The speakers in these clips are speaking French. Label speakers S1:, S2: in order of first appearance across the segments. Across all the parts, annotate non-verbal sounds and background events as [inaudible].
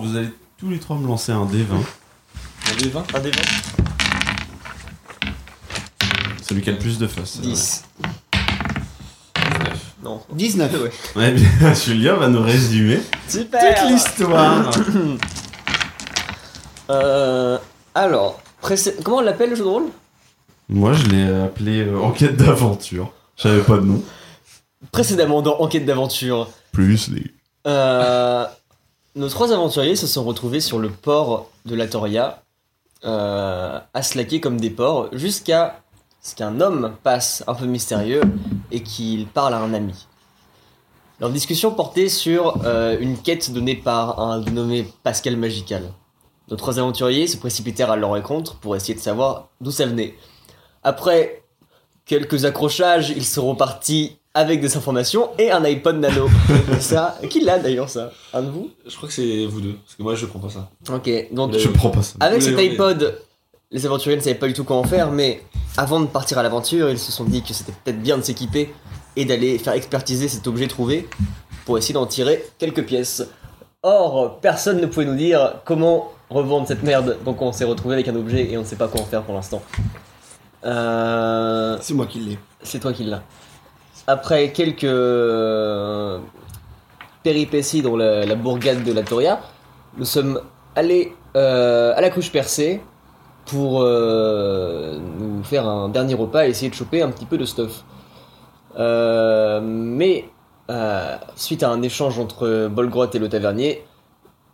S1: Vous allez tous les trois me lancer un D20.
S2: Un des 20
S3: Un des vingt.
S1: Celui qui a le plus de faces.
S3: 10. Non.
S4: 19.
S3: Ouais.
S1: Ouais, bien, [laughs] Julien va nous résumer toute
S3: Super
S1: l'histoire.
S3: Euh, Alors, précé- comment on l'appelle le jeu de rôle
S1: Moi, je l'ai appelé euh, Enquête d'aventure. J'avais pas de nom.
S3: Précédemment dans Enquête d'aventure,
S1: Plus les.
S3: euh, nos trois aventuriers se sont retrouvés sur le port de la Toria, euh, à slacker comme des porcs, jusqu'à ce qu'un homme passe un peu mystérieux et qu'il parle à un ami. Leur discussion portait sur euh, une quête donnée par un dénommé Pascal Magical. Nos trois aventuriers se précipitèrent à leur rencontre pour essayer de savoir d'où ça venait. Après quelques accrochages, ils sont repartis avec des informations et un iPod Nano. ça, qui l'a d'ailleurs ça Un de vous
S2: Je crois que c'est vous deux, parce que moi je prends pas ça.
S3: Ok, donc euh,
S1: Je prends pas ça.
S3: avec
S2: Oui,
S3: cet
S2: oui.
S3: iPod, les aventuriers ne savaient pas du tout quoi en faire, mais avant de partir à l'aventure, ils se sont dit que c'était peut-être bien de s'équiper et d'aller faire expertiser cet objet trouvé pour essayer d'en tirer quelques pièces. Or, personne ne pouvait nous dire comment revendre cette merde, donc on s'est retrouvé avec un objet et on ne sait pas quoi en faire pour l'instant. Euh...
S4: C'est moi qui l'ai.
S3: C'est toi qui l'as. Après quelques euh, péripéties dans la, la bourgade de la Toria, nous sommes allés euh, à la couche percée pour euh, nous faire un dernier repas et essayer de choper un petit peu de stuff. Euh, mais euh, suite à un échange entre Bolgroth et le tavernier,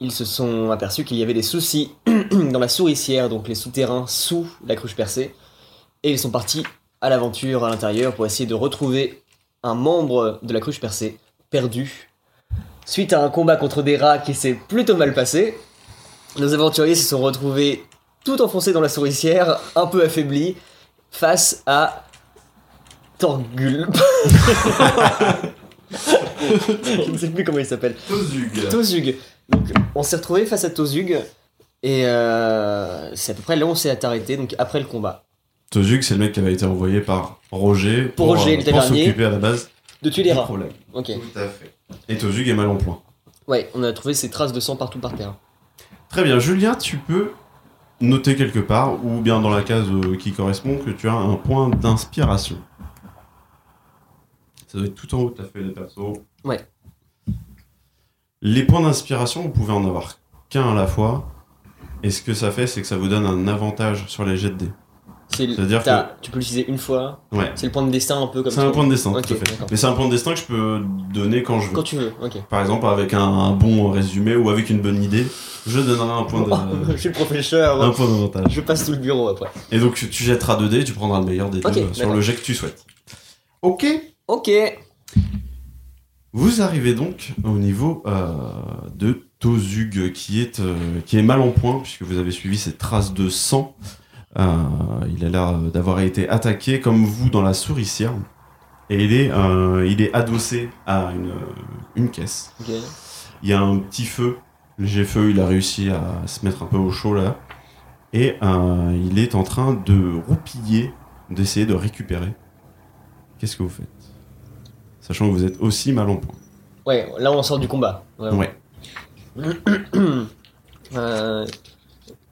S3: ils se sont aperçus qu'il y avait des soucis [clears throat] dans la souricière, donc les souterrains sous la cruche percée, et ils sont partis à l'aventure à l'intérieur pour essayer de retrouver un membre de la cruche percée perdu. Suite à un combat contre des rats qui s'est plutôt mal passé, nos aventuriers se sont retrouvés tout enfoncés dans la souricière, un peu affaiblis, face à Torgulp. [laughs] Je ne sais plus comment il s'appelle. Tozug. Donc, on s'est retrouvé face à Tozug. Et euh, c'est à peu près là où on s'est arrêté, donc après le combat.
S1: Tozug, c'est le mec qui avait été envoyé par Roger pour,
S3: Roger,
S1: euh,
S3: le
S1: pour
S3: tavernier.
S1: s'occuper à la base
S3: De tuer
S1: du
S3: les rats.
S1: problème.
S3: Ok.
S1: Tout à fait. Et Tozug est mal en point.
S3: Ouais, on a trouvé ces traces de sang partout par terre.
S1: Très bien, Julien, tu peux noter quelque part, ou bien dans la case euh, qui correspond, que tu as un point d'inspiration. Ça doit être tout en haut de ta feuille de perso.
S3: Ouais.
S1: Les points d'inspiration, vous pouvez en avoir qu'un à la fois. Et ce que ça fait, c'est que ça vous donne un avantage sur les jets de dés.
S3: C'est le-
S1: C'est-à-dire
S3: t'as- Tu peux l'utiliser une fois.
S1: Ouais.
S3: C'est le point de destin un peu comme
S1: C'est un
S3: tu-
S1: point de destin,
S3: Ok,
S1: tout à fait.
S3: d'accord.
S1: Mais c'est un point de destin que je peux donner quand je veux.
S3: Quand tu veux, ok.
S1: Par exemple, avec un, un bon résumé ou avec une bonne idée, je donnerai un point
S3: [laughs] je
S1: de-
S3: suis le professeur.
S1: un point d'avantage.
S3: Je passe tout le bureau après.
S1: Et donc tu jetteras 2 dés, tu prendras le meilleur des deux
S3: Ok,
S1: euh, sur
S3: d'accord.
S1: le jet que tu souhaites. Ok.
S3: Ok.
S1: Vous arrivez donc au niveau euh, de Tozug qui est euh, qui est mal en point puisque vous avez suivi ses traces de sang. Euh, il a l'air euh, d'avoir été attaqué comme vous dans la souricière et il est euh, il est adossé à une, euh, une caisse.
S3: Ok.
S1: Il y a un petit feu, léger feu, il a réussi à se mettre un peu au chaud là. Et euh, il est en train de roupiller, d'essayer de récupérer. Qu'est-ce que vous faites Sachant que vous êtes aussi mal en point.
S3: Ouais, là on sort du combat. vraiment.
S1: Ouais.
S3: [clears throat] Euh,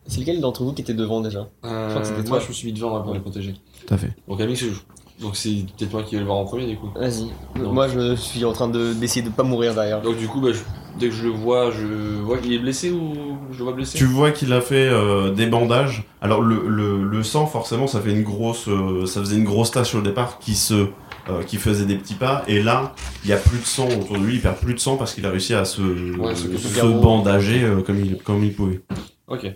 S3: C'est lequel d'entre vous qui était devant déjà
S2: Euh,
S3: crois que c'était
S2: moi
S3: toi.
S2: je me suis mis devant là, pour les protéger.
S1: Tout à fait.
S2: Donc Amix je joue. Donc c'est peut-être moi qui vais le voir en premier du coup.
S3: Vas-y.
S2: Non.
S3: Moi je suis en train de- d'essayer de, pas mourir derrière.
S2: Donc du coup bah, je- dès que je le vois, je vois qu'il est blessé ou je le vois blessé
S1: Tu vois qu'il a fait euh, des bandages. Alors le, le- le sang, forcément, ça fait une grosse, euh, ça faisait une grosse tache au départ qui se, euh, qui faisait des petits pas. Et là, il y a plus de sang autour de lui. Il perd plus de sang parce qu'il a réussi à se,
S2: Ouais, ce que-
S1: se bandager euh, comme il, comme il pouvait.
S2: Ok.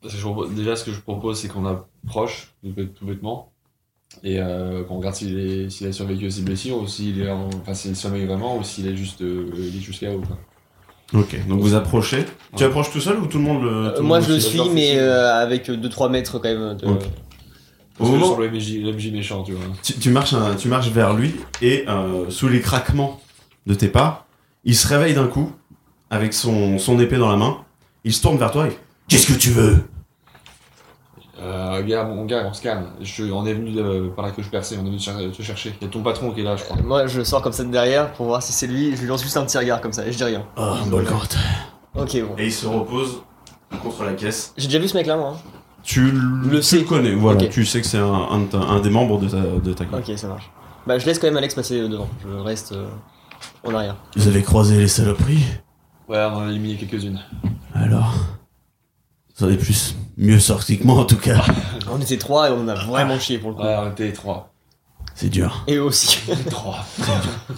S2: Parce que je propose- déjà ce que je propose c'est qu'on approche tout bête- tout bêtement et euh, qu'on regarde s'il est- s'il a survécu à ses blessures ou s'il est en- enfin s'il surveille vraiment ou s'il est juste euh, il est juste là ou quoi.
S1: Ok, donc vous approchez. Tu
S2: Ouais.
S1: approches tout seul ou tout le monde le.
S3: Euh,
S1: tout le
S3: moi
S1: monde
S3: je le
S1: aussi
S3: suis,
S2: d'accord,
S3: mais
S2: c'est-
S3: euh, avec 2-3 mètres quand même. euh, de-
S1: Ok. Au
S2: Parce que je
S1: moment-
S2: sens le MJ, le MJ méchant tu vois.
S1: tu, tu marches, un- tu marches vers lui et euh, sous les craquements de tes pas, il se réveille d'un coup avec son, son épée dans la main. Il se tourne vers toi et Qu'est-ce que tu veux
S2: Euh, regarde, mon gars, on se calme. Je, on est venu euh, par là que je perçais, on est venu te cher- te chercher. Il y a ton patron qui est là, je crois.
S1: Ah,
S3: Moi je sors comme ça de derrière pour voir si c'est lui. Je lui lance juste un petit regard comme ça et je dis rien.
S1: Oh, Bolgrot.
S3: Ok, bon.
S1: et il se repose contre la caisse.
S3: J'ai déjà vu ce mec là, moi. hein.
S1: Tu le,
S3: Le
S1: tu
S3: sais.
S1: le connais, voilà.
S3: Ok.
S1: Tu sais que c'est un, un de ta- un des membres de ta, de ta gang.
S3: Ok, ça marche. Bah, je laisse quand même Alex passer devant. Je reste euh, en arrière.
S1: Vous avez croisé les saloperies
S2: Ouais, on en a éliminé quelques-unes.
S1: Alors Vous en avez plus mieux sorti que moi en tout cas.
S3: On était trois et on en a vraiment chié pour le coup.
S2: Ouais, on était trois.
S1: C'est dur.
S3: Ah. Et eux aussi.
S2: trois.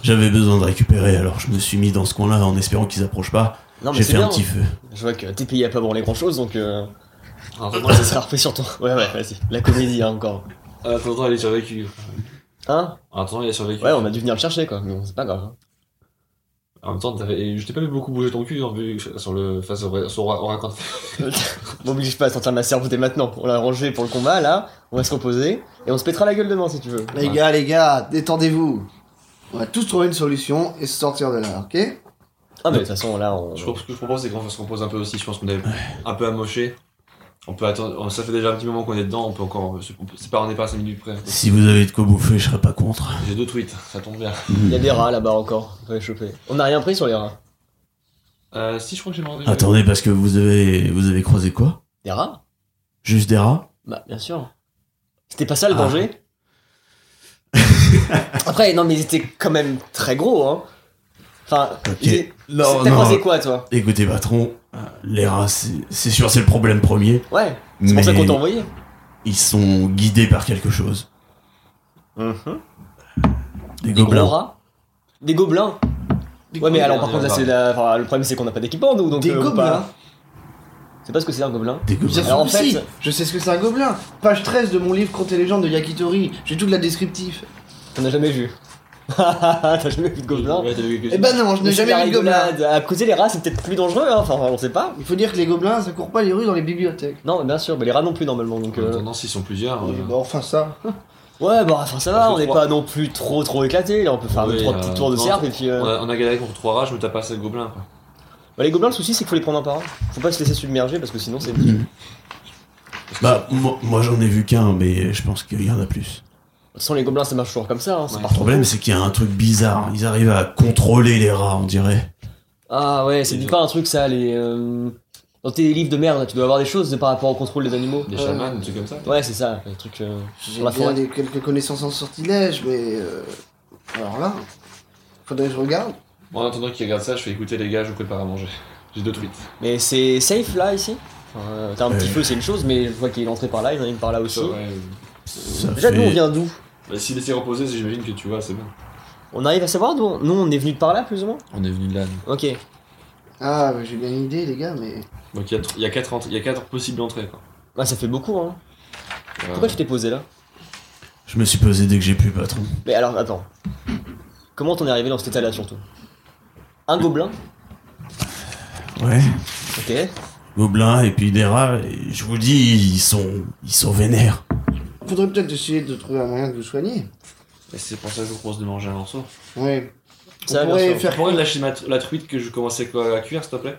S1: J'avais besoin de récupérer alors je me suis mis dans ce coin-là en espérant qu'ils approchent pas.
S3: [laughs] Non, mais
S1: J'ai
S3: c'est
S1: fait
S3: bien. hein.
S1: un petit feu.
S3: Je vois que TPI a pas branlé grand chose donc. [laughs] Euh... Un moment, ça sera repris sur toi. [laughs] Ouais, ouais, vas-y. La comédie, hein, encore.
S2: En attendant, elle est survécue.
S3: Hein
S2: En attendant, elle est survécue.
S3: Ouais, on a dû venir le chercher quoi, mais bon, c'est pas grave. [laughs] hein.
S2: En même temps, t'avais- et je t'ai pas vu beaucoup bouger ton cul en vue- sur le face au, sur, au raccord.
S3: M'oblige pas à sortir ma cerveau dès maintenant. On l'a rangé pour le combat là, on va se reposer et on se pétera la gueule demain si tu veux.
S4: Les gars, les gars, détendez-vous. On va tous trouver une solution et se sortir de là, ok
S3: Ah, mais de toute façon là, on.
S2: Je pense que je propose, c'est qu'on se repose un peu aussi. Je pense qu'on est un peu amoché. On peut attendre. Ça fait déjà un petit moment qu'on est dedans. On peut encore. on peut- C'est pas, on n'est pas à 5 minutes près.
S5: Si vous avez de quoi bouffer, je serais pas contre.
S2: J'ai deux tweets. Ça tombe bien.
S3: Il y a des rats là-bas encore, on peut les choper. On n'a rien pris sur les rats.
S2: Euh, si, je crois que j'ai
S3: Mm.
S2: mangé.
S5: Attendez, parce que vous avez, vous avez croisé quoi
S3: Des rats
S5: Juste des rats
S3: Bah, bien sûr. C'était pas ça le
S5: Ah. [laughs]
S3: danger Après, non, mais ils étaient quand même très gros, hein. Enfin,
S5: Ok.
S3: ils étaient-
S5: Non,
S3: t'as
S5: non.
S3: croisé quoi toi
S5: Écoutez, patron, euh, les rats, c'est c'est sûr, c'est le problème premier.
S3: Ouais, c'est
S5: Mais
S3: pour ça qu'on t'a envoyé.
S5: ils sont guidés par quelque chose.
S4: Mhm.
S5: Des
S3: Des gros
S5: gobelins.
S3: rats Des gobelins Ouais, mais alors par contre, là, c'est la... enfin, le problème, c'est qu'on n'a pas d'équipement, nous, donc.
S4: Des
S3: euh, on peut
S4: gobelins
S3: pas- C'est pas ce que c'est un gobelin
S5: Des gobelins.
S4: Bien sûr
S3: Alors, en
S4: que
S3: fait-
S4: si. je sais ce que c'est un gobelin. Page 13 de mon livre Contes et légendes de Yakitori, j'ai toute la descriptif.
S3: T'en as jamais vu. [laughs] T'as jamais vu de gobelin
S2: Ouais, t'as vu quelques-
S4: Eh ben non, je n'ai
S3: Mais c'est
S4: jamais
S3: la
S4: vu de gobelin.
S3: rigolade. À côté, les rats, c'est peut-être plus dangereux, hein. enfin, on sait pas.
S4: Il faut dire que les gobelins, ça court pas les rues dans les bibliothèques.
S3: Non, bien sûr, mais les rats non plus, normalement, donc.
S2: En
S3: euh,
S2: attendant, s'ils sont plusieurs.
S4: Oui,
S2: euh,
S4: bah enfin ça.
S3: Ouais, bah, enfin, ça
S2: Parce
S3: va,
S2: que
S3: on n'est
S2: trois-
S3: pas non plus trop trop éclaté, là, on peut faire
S2: Ouais,
S3: deux, trois
S2: euh,
S3: petits tours de
S2: non,
S3: cerf, et puis. euh,
S2: On a, on a galéré contre trois rats, je me tape pas assez le gobelin. Quoi.
S3: bah, les gobelins, le souci, c'est qu'il faut les prendre un par un. Faut pas se laisser submerger, parce que sinon, c'est. De
S5: Mhm. Bah, moi, moi, j'en ai vu qu'un, mais je pense qu'il y en a plus.
S3: toute façon, les gobelins, ça marche toujours comme ça, hein, c'est
S2: Ouais.
S5: Le
S3: partout.
S5: problème, c'est qu'il y a un truc bizarre. Ils arrivent à contrôler les rats, on dirait.
S3: Ah ouais, c'est
S2: Et
S3: du
S2: je-
S3: pas un truc, ça, les. euh, Dans tes livres de merde, tu dois avoir des choses par rapport au contrôle des animaux.
S2: Des
S4: Euh,
S2: chamans, des trucs comme ça.
S3: Ouais, c'est ça, les trucs. euh,
S4: J'ai
S3: Dans la
S4: bien
S3: forêt.
S4: des, quelques connaissances en sortilège, mais euh, alors là, faudrait que je regarde.
S2: Bon, en attendant qu'ils regardent ça, je fais écouter les gars, je vous prépare à manger. [laughs] J'ai deux tweets.
S3: Mais c'est safe là ici Enfin, euh, T'as un petit
S5: Euh.
S3: feu, c'est une chose, mais je vois qu'il est entré par là, il en a une par là aussi.
S2: Ça, ouais.
S5: Ça
S3: Déjà, nous on
S5: fait-
S3: vient d'où
S2: Bah, s'il était reposé, j'imagine que tu vois, c'est bon.
S3: On arrive à savoir d'où on- Nous on est venu de par là plus ou moins
S2: On est venu de là. nous.
S3: Ok.
S4: Ah, mais j'ai bien une idée, les gars, mais
S2: Donc il y a tr- il y, a quatre entrées- il y a quatre possibles entrées. Quoi.
S3: Bah ça fait beaucoup hein.
S2: Euh,
S3: Pourquoi tu t'es posé là
S5: Je me suis posé dès que j'ai pu, patron.
S3: Mais alors attends. Comment t'en es arrivé dans cet état là surtout Un gobelin
S5: Ouais.
S3: Ok.
S5: Gobelins et puis des rats. et je vous dis, ils sont, ils sont vénères.
S4: faudrait peut-être essayer de trouver un moyen de vous soigner.
S2: et c'est pour ça que je vous propose de manger un morceau.
S4: Ouais.
S3: Ça va,
S4: on
S3: bien
S4: pourrait
S3: sûr.
S2: Tu
S4: faire.
S2: pourrais lâcher ma t- la truite que je commençais quoi, à cuire, s'il te
S3: [laughs]
S2: plaît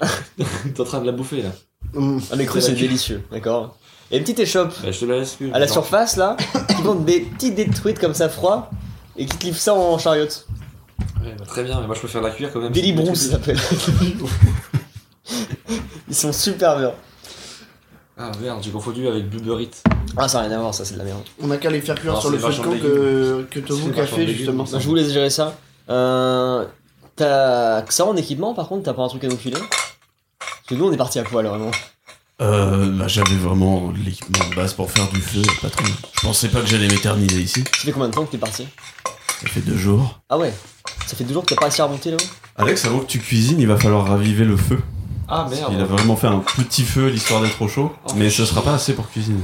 S2: T'es en train de la bouffer là.
S4: Hum,
S3: Ah mais cru
S2: C'est
S3: c'est
S2: la cul-
S3: délicieux, d'accord Et une petite échoppe
S2: Bah, je te la laisse. que-
S3: à la
S2: Genre,
S3: surface là, qui vendent des petites détruites comme ça froid et qui te livrent ça en chariote.
S2: ouais, bah, très bien, mais moi je peux faire la cuire quand même.
S3: Billy Bruce ça s'appelle. Ils sont super bien.
S2: Ah merde, j'ai confondu avec Buberit.
S3: Ah ça n'a rien à voir ça, c'est de la merde.
S4: on a qu'à les faire cuire
S2: Alors,
S4: sur
S2: c'est
S4: le feu de
S2: vachement
S4: camp que, que Tomu
S2: C'est
S4: qu'a
S2: vachement
S4: fait,
S2: légume.
S4: justement.
S3: Je vous laisse gérer ça. Euh, t'as que ça en équipement par contre T'as pas un truc à nous filer Parce que nous on est parti à poil vraiment.
S5: Euh, bah, j'avais vraiment l'équipement de base pour faire du feu, patron. Je pensais pas que j'allais m'éterniser ici.
S3: Ça fait combien de temps que t'es parti
S5: Ça fait deux jours.
S3: Ah ouais Ça fait deux jours que t'as pas réussi à remonter là
S1: Alex, avant que tu cuisines, il va falloir raviver le feu.
S2: Ah
S1: Il a
S2: merde.
S1: vraiment fait un petit feu l'histoire d'être au chaud,
S2: Oh,
S1: mais ce sera pas assez pour cuisiner.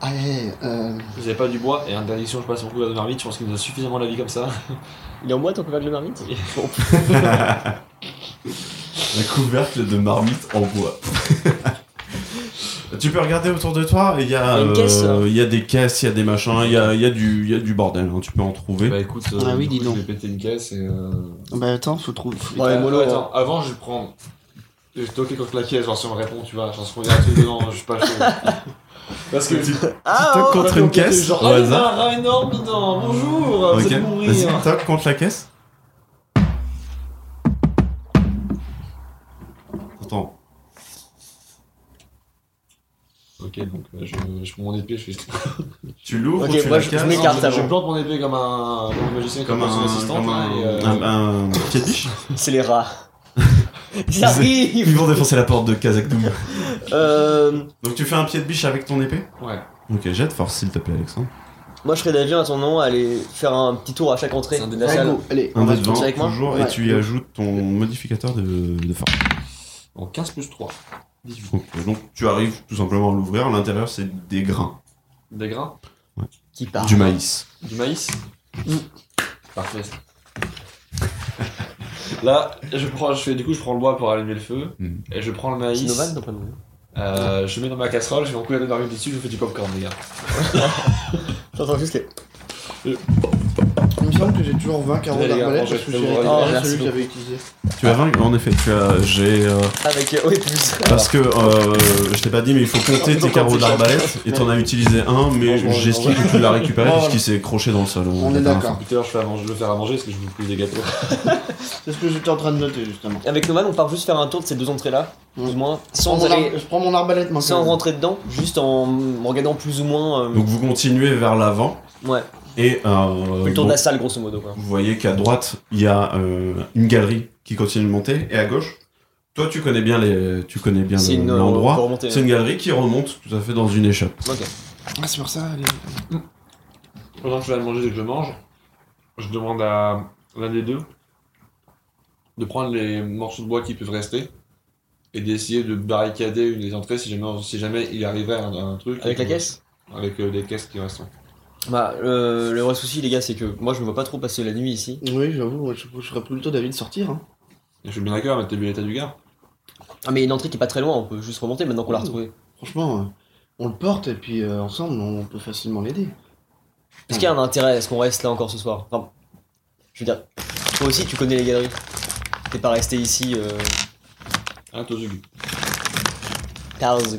S4: Allez, euh,
S2: Vous avez pas du bois et interdiction, je passe mon coup à la marmite, je pense qu'il nous a suffisamment la vie
S3: [laughs]
S2: comme ça.
S3: Il est en boîte on peut pas le marmite
S1: Un couvercle de marmite en bois. [laughs] tu peux regarder autour de toi, il y a,
S3: Il y a une
S1: euh,
S3: caisse,
S2: hein.
S3: là.
S1: il y a des caisses, il y a des machins, il y a, il y a du, il y a du bordel, hein, tu peux en trouver.
S2: Bah écoute, euh,
S4: Ah oui,
S2: du
S4: dis
S2: coup,
S4: donc.
S2: je vais péter une caisse et. Euh...
S4: bah attends, faut trouver.
S3: Ouais,
S2: Euh,
S3: mollo,
S2: attends,
S4: hein.
S2: avant, je vais prendre. Je vais toquer contre la caisse, genre si on me répond, tu vois, genre si on regarde un truc dedans, je suis pas [laughs] chaud. Parce que tu
S3: Ah
S1: toques
S3: oh,
S1: contre une caisse
S2: genre,
S1: au
S2: ah, il y a
S1: hasard.
S2: un rat énorme dedans, bonjour, vous
S1: Ok,
S2: allez
S1: vas-y,
S2: mourir.
S1: toc contre la caisse. Attends,
S2: Ok, donc euh, je, je prends mon épée, je fais.
S1: Tu l'ouvres,
S3: Ok,
S1: tu
S3: moi,
S1: la
S3: je- je
S1: casses,
S3: mets- m'écarte
S2: Non, je- je
S3: avant.
S2: plante mon épée comme un, comme un magicien,
S1: comme un,
S2: son assistant.
S1: comme
S2: hein, et, euh,
S1: un, un, un pied de biche.
S3: C'est les [laughs] rats. Ils arrivent
S1: Ils vont défoncer la porte de Kazakdoum.
S3: [laughs] Euh,
S1: Donc tu fais un pied de biche avec ton épée
S2: Ouais,
S1: Ok, jette force s'il te plaît, Alexandre.
S3: Moi, je serais d'avis à ton nom à aller faire un petit tour à chaque entrée
S2: C'est un
S3: de
S2: des
S3: la
S2: derniers
S3: salle.
S4: go, allez.
S1: Un
S3: va
S1: dé de
S3: se lancer
S1: 20
S3: avec moi
S1: toujours et
S4: Ouais.
S1: tu y ajoutes ton modificateur de, de force.
S2: en 15 plus 3, 18.
S1: Ok, donc tu arrives tout simplement à l'ouvrir. À l'intérieur, c'est des grains,
S2: Des grains
S3: Qui part
S1: du maïs.
S2: Du maïs Mm. Parfait. Là, je prends, je fais, du coup, je prends le bois pour allumer le feu,
S1: Mhm.
S2: et je prends le maïs,
S3: Sinovan, ton prénom
S2: euh, je mets dans ma casserole, je mets un coup de marmite dessus, je fais du popcorn, les gars.
S3: J'entends juste les.
S4: Il me semble que j'ai toujours 20 carreaux
S2: Allez, les gars,
S4: d'arbalète
S2: mangez,
S4: parce que
S2: je
S4: j'ai
S2: vais vous
S3: régaler.
S4: récupéré
S3: Merci
S4: celui que j'avais utilisé.
S1: Tu as 20 En effet, tu as. J'ai. euh,
S3: Avec euh, O et plus.
S1: Parce que euh, je t'ai pas dit, mais il faut compter tes carreaux d'arbalète et t'en as utilisé un, mais
S2: Non, je-
S1: j'estime que tu l'as récupéré
S4: Non,
S1: parce
S4: voilà.
S1: qu'il s'est croché dans le sol.
S4: On est
S3: Ah.
S4: d'accord.
S2: Tout à l'heure, je fais à manger- je vais faire à manger parce que je vous pousse des gâteaux.
S4: C'est ce que j'étais en train de noter justement.
S3: Avec Noman, on part juste faire un tour de ces deux entrées-là, plus ou moins,
S4: Je
S3: sans
S4: prends mon
S3: aller.
S4: ar- Je prends mon arbalète maintenant.
S3: Sans rentrer dedans, juste en en regardant plus ou moins. euh,
S1: Donc vous continuez vers l'avant
S3: ouais,
S1: et euh,
S3: le tour
S1: bon,
S3: de la salle, grosso modo. Quoi.
S1: vous voyez qu'à droite il y a euh, une galerie qui continue de monter et à gauche, toi tu connais bien les, tu connais bien
S3: C'est
S1: le-
S3: une. euh, on peut
S1: l'endroit.
S3: remonter.
S1: C'est une galerie qui remonte tout à fait dans une échappe.
S3: Ok.
S4: Ah, c'est pour ça. allez.
S2: Pendant que je vais aller manger et que je mange, je demande à l'un des deux de prendre les morceaux de bois qui peuvent rester et d'essayer de barricader une des entrées si jamais, si jamais il arriverait un, un truc.
S3: euh, Avec la caisse
S2: Avec euh, les caisses qui restent.
S3: Bah, euh, le vrai souci, les gars, c'est que moi, je me vois pas trop passer la nuit ici.
S4: Oui, j'avoue, moi, je, je serais plutôt d'avis de sortir. Hein.
S2: Et je suis bien d'accord, mais t'as vu l'état du gars
S3: Ah, mais une entrée qui est pas très loin, on peut juste remonter maintenant qu'on l'a
S4: Mmh.
S3: retrouvée.
S4: Franchement, euh, on le porte et puis euh, ensemble, on peut facilement l'aider.
S3: Est-ce qu'il y a un intérêt Est-ce qu'on reste là encore ce soir Enfin, je veux dire, toi aussi, tu connais les galeries. T'es pas resté ici, euh,
S2: Hein, Tozug
S3: Taz.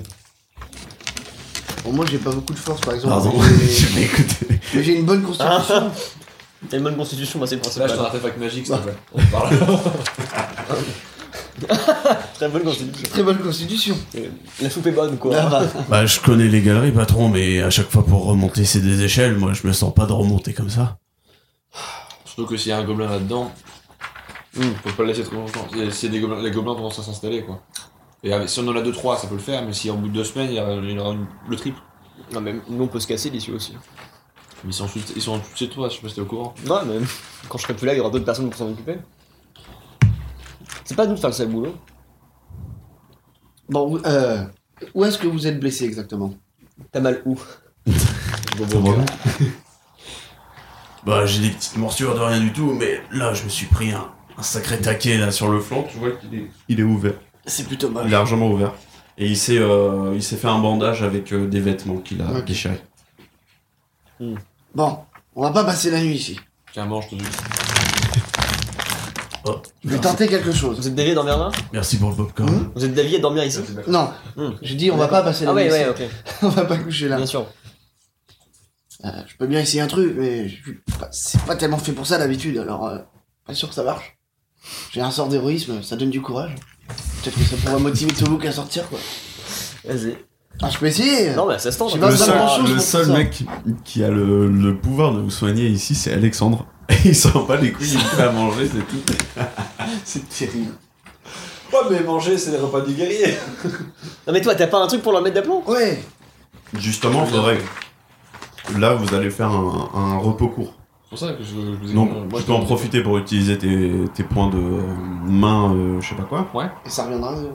S4: Bon, moi, j'ai pas beaucoup de force, par exemple.
S1: Pardon, [laughs]
S4: mais-
S1: je vais écouter.
S4: Mais j'ai une bonne constitution.
S3: T'as une bonne constitution, moi, c'est le
S2: Là, je
S3: principal.
S2: suis un artefact magique, s'il te plaît. On parle.
S1: [laughs]
S3: Très bonne constitution.
S4: Très bonne constitution.
S3: La soupe est bonne, quoi.
S4: Ah bah.
S5: Bah, je connais les galeries, patron, mais à chaque fois pour remonter, c'est des échelles. Moi, je me sens pas de remonter comme ça.
S2: Surtout que s'il y a un gobelin là-dedans,
S3: Hmm.
S2: faut pas le laisser trop longtemps. Et Si des gobelins, les gobelins commencent à s'installer, quoi. Et avec- si on en a 2-3, ça peut le faire, mais si au bout de deux semaines, il y aura- il y aura une- le triple.
S3: Non, mais nous, on peut se casser d'ici aussi.
S2: Mais Ils sont, sous- ils sont en dessous de chez toi, je sais pas si t'es au courant.
S3: Ouais, mais quand je serai plus là, il y aura d'autres personnes pour s'en occuper. C'est pas à nous de faire le sale boulot.
S4: Bon, euh, où est-ce que vous êtes blessé exactement
S3: T'as mal où
S5: Bah, j'ai des petites morsures de rien du tout, mais là, je me suis pris un, un sacré taquet, là, sur le flanc.
S1: Tu vois qu'il est, il est ouvert,
S4: C'est plutôt mal.
S1: largement ouvert. Et il s'est, euh, il s'est fait un bandage avec euh, des vêtements qu'il a
S4: Ok.
S1: déchirés.
S4: Bon, on va pas passer la nuit ici.
S2: Tiens, mange, Tozug.
S4: Je vais tenter quelque chose.
S3: Vous êtes d'avis à dormir là
S5: Merci pour le popcorn.
S4: Hein
S3: Vous êtes d'avis à dormir ici
S4: Non,
S3: Hmm.
S4: j'ai dit on va pas passer la
S3: Ah,
S4: nuit
S3: ouais, ouais,
S4: ici.
S3: ok.
S4: [laughs] On va pas coucher là.
S3: Bien sûr.
S4: Euh, je peux bien essayer un truc, mais je suis pas- c'est pas tellement fait pour ça d'habitude, alors euh, pas sûr que ça marche. J'ai un sort d'héroïsme, ça donne du courage. Peut-être que ça pourrait motiver Toluk à sortir quoi.
S3: Vas-y.
S4: Ah, je peux essayer
S3: Non, mais ça se tente.
S4: Je
S3: hein.
S4: sais pas,
S1: le
S4: ça
S1: seul,
S4: grand chose
S1: le
S4: pour
S1: seul
S4: ça.
S1: mec qui a le, le pouvoir de vous soigner ici, c'est Alexandre. [laughs] Et il s'en bat les couilles, il vous fait à manger, c'est tout.
S4: C'est terrible.
S2: Ouais, mais manger, c'est les repas du guerrier
S3: Non, mais toi, t'as pas un truc pour leur mettre d'aplomb
S4: Ouais
S1: Justement, faudrait. Là, vous allez faire un, un repos court.
S2: C'est pour ça que je, je vous ai
S1: Donc,
S2: dit,
S1: tu peux en profiter pour utiliser tes, tes points de euh, main, euh, je sais pas quoi.
S4: Et ça reviendra. euh.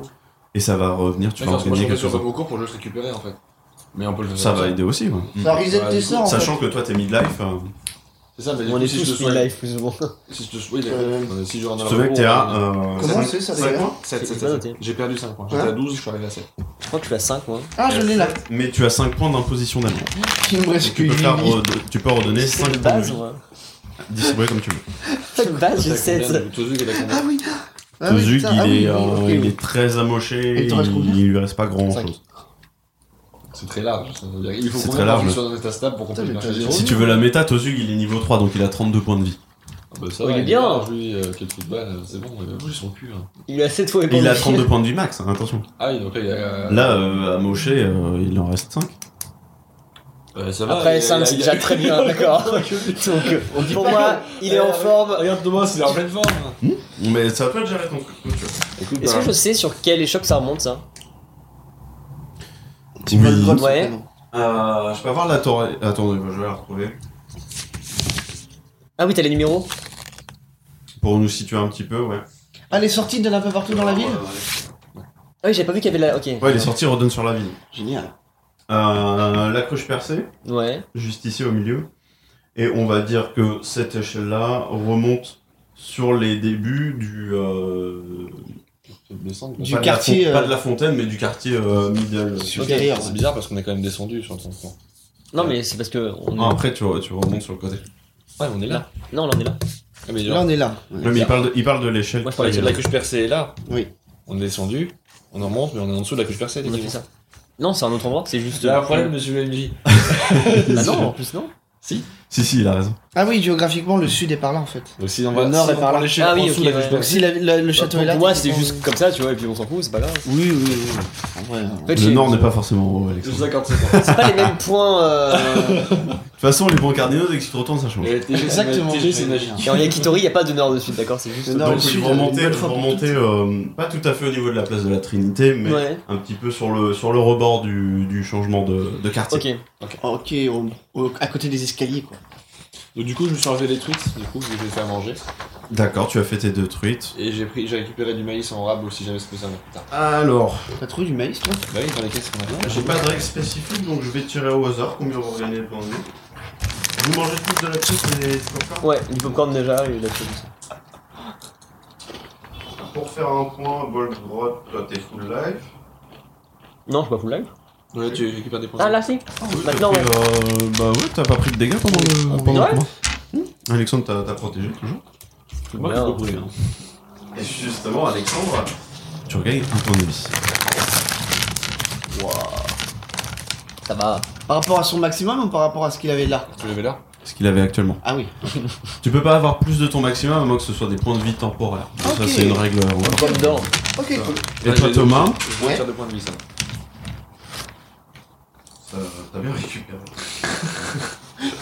S1: Et ça va revenir, tu vas
S2: D'accord,
S1: en
S2: c'est moi, je
S1: gagner
S2: comptais
S1: quelque
S2: sur le
S1: chose.
S2: concours pour juste récupérer, en fait. Mais on peut le faire.
S1: Ça
S2: comme
S1: va aider aussi, ouais. Mm.
S4: Ça reset
S2: Bah,
S4: tes
S2: du coup,
S4: sorts en fait.
S1: Sachant que toi, t'es midlife. euh,
S2: C'est ça, mais du
S3: On
S2: coup,
S3: est
S2: si je te
S3: tous
S2: soigne-
S3: live plus ou moins.
S2: Si je te soigne, oui,
S4: Euh,
S2: d'accord. Euh, si je
S1: je
S2: rentre
S1: te souviens que t'es à. euh,
S4: hein. Comment c'est ça
S1: cinq
S4: les gars
S1: points
S2: 7,
S3: J'ai
S2: 7,
S3: pas noté.
S2: 7. J'ai perdu 5 points. J'étais
S4: Hein
S2: à 12, je suis arrivé à 7.
S3: Je crois que je suis à 5 moi.
S4: Ah je l'ai là.
S1: Mais tu as 5 points d'imposition d'amour.
S4: Il me reste
S1: Tu
S4: que
S1: peux, faire euh,
S4: Yumi.
S1: rede- tu peux redonner 5 points
S3: de
S1: de
S3: base,
S1: vie,
S3: moi.
S1: distribués comme tu veux.
S3: De base, j'ai 7.
S2: Tozug, il a
S4: Ah
S2: combien
S4: oui ah, oui,
S1: Tozug,
S4: putain, ah
S1: il,
S4: oui,
S1: est,
S4: oui,
S1: euh,
S4: ok,
S1: il
S4: oui.
S1: est très amoché,
S4: Et il te reste combien
S1: il, il lui reste pas grand chose.
S2: C'est très large. ça veut dire- Il faut
S1: C'est
S2: qu'on
S1: très large,
S2: soit dans un état stable pour qu'on
S4: Putain,
S2: puisse
S4: mais
S2: marcher
S4: t'as
S2: zéro.
S4: zéro.
S1: Si tu veux la méta, Tozug il est niveau 3 donc il a 32 points de vie.
S2: Bah, ça
S3: Oh, il
S2: va,
S3: est bien.
S2: large, lui, euh, quelques coups de balle, euh, c'est bon, il a bougé son cul. hein.
S3: Il lui a 7 fois
S1: Et
S3: épandu.
S1: il a 32 points de vie max, hein, attention.
S2: Ah oui, donc là, il a.
S1: Là, euh, à Moshe, euh, il en reste 5.
S2: Euh, ça va, il
S3: Après
S2: a-
S3: 5,
S2: il a-
S3: c'est
S2: il a-
S3: déjà [laughs] très bien, d'accord. Donc, pour moi, il est en forme.
S2: [laughs] Regarde Thomas, il est en pleine forme. hein.
S1: Mais ça va pas gérer ton truc, tu vois.
S2: Écoute, bah,
S3: Est-ce que je sais sur quel échoc ça remonte ça
S4: Petit peu de
S1: Oui.
S4: grotte,
S3: Ouais.
S4: finalement.
S1: Euh, je peux avoir la torre. Attendez, je vais la retrouver.
S3: Ah oui, t'as les numéros
S1: Pour nous situer un petit peu, ouais.
S4: Ah, les sorties de un peu partout dans la ville
S3: Ah oui, j'avais pas vu qu'il y avait la. Ok.
S1: Ouais, les sorties redonnent sur la ville.
S4: Génial.
S1: Euh, la cruche percée.
S3: Ouais.
S1: juste ici au milieu. Et on va dire que cette échelle-là remonte sur les débuts du... euh,
S2: je Bah, peux descendre.
S4: Du
S1: pas de la
S4: quartier,
S1: fon-
S4: euh,
S1: Pas de la fontaine, mais du quartier euh, middle.
S4: Supérieur.
S2: C'est bizarre parce qu'on est quand même descendu sur le temps. Ouais,
S3: Non, mais c'est parce que. On...
S1: Ah, après, tu, re- tu remontes sur le côté.
S2: on est là.
S3: Non, là on est là.
S2: Ah, mais
S4: Là,
S2: genre,
S4: on est là.
S1: Non, mais il parle de, il parle de l'échelle.
S3: Moi, je
S2: la
S3: parlais
S1: qui est
S3: de
S1: là.
S2: la couche percée est là.
S4: Oui.
S2: On est descendu, on en remonte, mais on est en dessous de la couche percée.
S3: On a fait ça. Non, c'est un autre endroit, c'est juste.
S2: Il y a un problème, monsieur le MJ.
S1: [laughs]
S3: Bah non, en Bah, plus non.
S1: Si, si, il a raison.
S4: Ah oui, géographiquement, le sud est par là, en fait.
S2: Donc si on
S4: Le
S2: va
S4: nord
S2: si
S4: est
S2: on
S4: par
S2: prend
S4: là.
S2: l'échelle
S3: Ah
S2: en
S3: oui,
S2: dessous
S3: ok,
S2: de la couche
S3: ouais.
S4: Donc, si la- la- le château
S3: Bah,
S4: est là.
S3: pour moi, c'était
S4: techniquement-
S3: juste comme ça, tu vois, et puis on s'en fout, c'est pas grave.
S4: Oui, oui, oui. En vrai, euh,
S3: En fait,
S1: Le
S3: j'ai-
S1: nord n'est pas forcément haut, Alex. De
S2: percée. 57
S3: c'est pas les mêmes points. Euh...
S1: [laughs] toute façon, les bons cardinaux, dès que tu te retournes, ça change.
S4: Exactement.
S2: TG, c'est magique.
S3: et en Yakitori, y a pas de nord de sud, d'accord C'est juste.
S4: Le nord et
S1: Donc,
S4: le
S1: vous
S4: sud, une
S1: remontez,
S4: bonne
S1: vous
S4: fois pour
S1: remontez, euh, pas tout à fait au niveau de la place de la Trinité, mais
S3: Ouais.
S1: un petit peu sur le, sur le rebord du, du changement de, de quartier.
S3: Ok.
S4: Ok, on- au- à côté des escaliers, quoi.
S2: Donc du coup, je me suis enlevé les truites, du coup, je les ai fait à manger.
S1: D'accord, tu as fait tes deux truites.
S2: Et j'ai pris, j'ai récupéré du maïs en rab aussi, jamais ce que ça va plus tard.
S1: Alors,
S4: T'as trouvé du maïs, toi
S2: Bah oui, dans les caisses qu'on a
S1: J'ai pas de règle spécifique donc je vais tirer au hasard combien vous gagnez de points de vie. Vous mangez tous de la truite et des popcorn
S3: Ouais, du popcorn déjà et de la chose.
S1: Pour faire un point, bol de grotte, toi t'es full life.
S3: Non, je suis pas full live.
S2: Ouais, tu récupères des points.
S3: Ah là, si. Maintenant, ouais. Ah,
S1: euh, bah ouais, t'as pas pris de dégâts pendant le, pendant
S3: ouais.
S1: le combat. Mmh. Alexandre, t'as- t'as protégé toujours.
S2: Faut pas que je
S3: Merde.
S2: peux brûler, hein.
S1: Et justement, Alexandre, tu regagnes un point de vie.
S3: Ça va.
S4: Par rapport à son maximum ou par rapport à ce qu'il avait là
S2: Tu l'avais là
S1: Ce qu'il avait actuellement.
S4: Ah oui.
S1: Tu peux pas avoir plus de ton maximum à moins que ce soit des points de vie temporaires. Donc Ça,
S4: Ok.
S1: c'est une règle. euh, encore.
S3: Pas dedans.
S4: Ok, cool.
S1: Et toi, Thomas
S2: Je retire deux points de hein. vie, ça.
S1: Euh, T'as bien récupéré.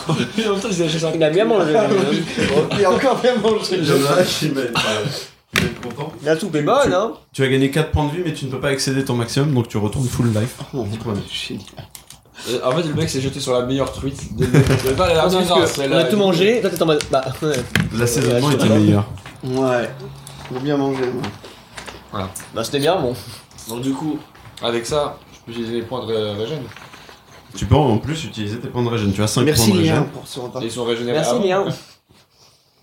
S2: en même temps, ils achètent ça.
S3: Il a bien mangé.
S4: [laughs]
S2: [laughs]
S4: Il a encore bien mangé.
S1: qui m'aide.
S2: euh,
S1: content.
S3: La soupe est bonne, hein.
S2: Ah,
S1: Tu as gagné 4 points de vie, mais tu ne peux pas excéder ton maximum, donc tu retournes full life.
S4: Mon Dieu, génial.
S2: Euh, En fait, le mec s'est jeté sur la meilleure truite.
S1: [laughs]
S2: de- de- Pas la
S3: Parce
S2: dernière, non,
S3: que on
S2: celle-là,
S3: a tout
S2: il-
S3: mangé, toi t'es en mode. Bah, [laughs] ouais.
S1: L'assaisonnement
S3: Ouais,
S1: était
S3: je sais
S1: meilleur.
S4: Ouais. Faut bien manger, moi.
S3: bah c'était bien, bon.
S2: Donc du coup, avec ça, je peux utiliser les points de ré- régène.
S1: Tu peux en plus utiliser tes points de régène. Tu as 5
S4: Merci,
S1: points de
S4: Lien,
S1: régène.
S4: pour ce repas.
S2: Et ils sont régénérés
S3: Merci,
S2: avant.
S3: Lien.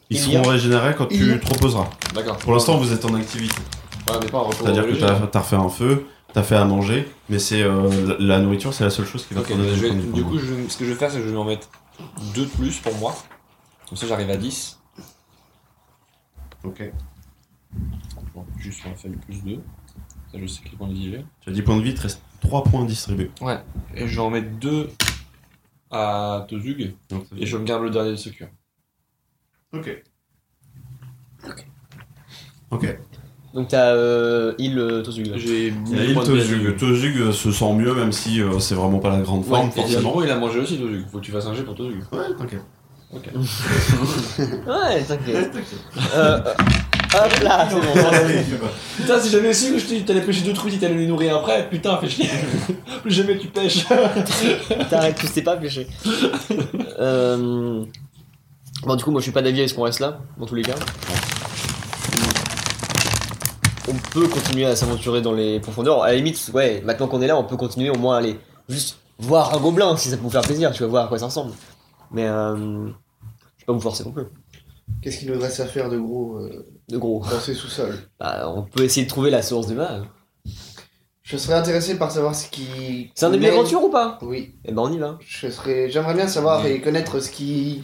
S1: Ils
S3: Il y a-
S1: seront régénérés quand
S4: il y a-
S1: tu te reposeras.
S2: D'accord.
S1: Pour l'instant, vous êtes en activité.
S2: Ouais, on est pas en repos.
S1: C'est-à-dire que
S2: obligé.
S1: t'as as refait un feu, t'as fait à manger, mais c'est euh, la, la nourriture, c'est la seule chose qui va
S2: Ok, bah,
S1: te donner
S2: je
S1: des
S2: vais-
S1: points de
S2: du
S1: vie.
S2: coup, je- ce que je vais faire, c'est que je vais en mettre deux de plus pour moi. Comme ça, j'arrive à 10.
S1: Ok.
S2: Bon, juste sur la feuille plus 2. Ça, je sais quel point de vie j'ai.
S1: Tu as 10 points de vie, il te reste 3 points distribués.
S2: Et je vais en mettre deux à Tozug.
S1: Donc, ça
S2: Et
S1: fait-
S2: je me garde le dernier de Secure.
S1: Ok. Ok.
S3: Donc t'as euh, il euh, Tosu, là.
S2: J'ai
S1: Il y a Tozug. Tozug euh, se sent mieux, même si euh, c'est vraiment pas la grande forme, forcément.
S2: Forcément, il a mangé aussi Tozug. Faut que tu fasses un jet pour Tozug.
S1: Ouais, t'inquiète.
S2: Ok.
S3: Ouais, t'inquiète. Euh, euh, hop là, c'est
S2: [laughs]
S3: bon.
S1: Allez, tu vas.
S2: Putain, si j'avais su que je t'ai- t'allais pêcher deux truites et t'allais les nourrir après, putain, fais chier. [laughs] Plus jamais tu pêches.
S3: T'arrêtes, tu sais pas pêcher. Euh... Bon, du coup, moi je suis pas d'avis à ce qu'on reste là, dans tous les cas. On peut continuer à s'aventurer dans les profondeurs. À la limite, ouais, maintenant qu'on est là, on peut continuer au moins à aller juste voir un gobelin si ça peut vous faire plaisir, tu vas voir à quoi ça ressemble. Mais euh... je vais pas vous forcer non plus.
S4: Qu'est-ce qu'il nous reste à faire de gros euh,
S3: De gros.
S4: dans ces sous-sols
S3: Bah, on peut essayer de trouver la source du mal.
S4: Je serais intéressé par savoir ce qui.
S3: C'est un début
S4: mène-
S3: d'aventure ou pas
S4: Oui.
S3: Eh ben on y va.
S4: Je serais. J'aimerais bien savoir et connaître ce qui.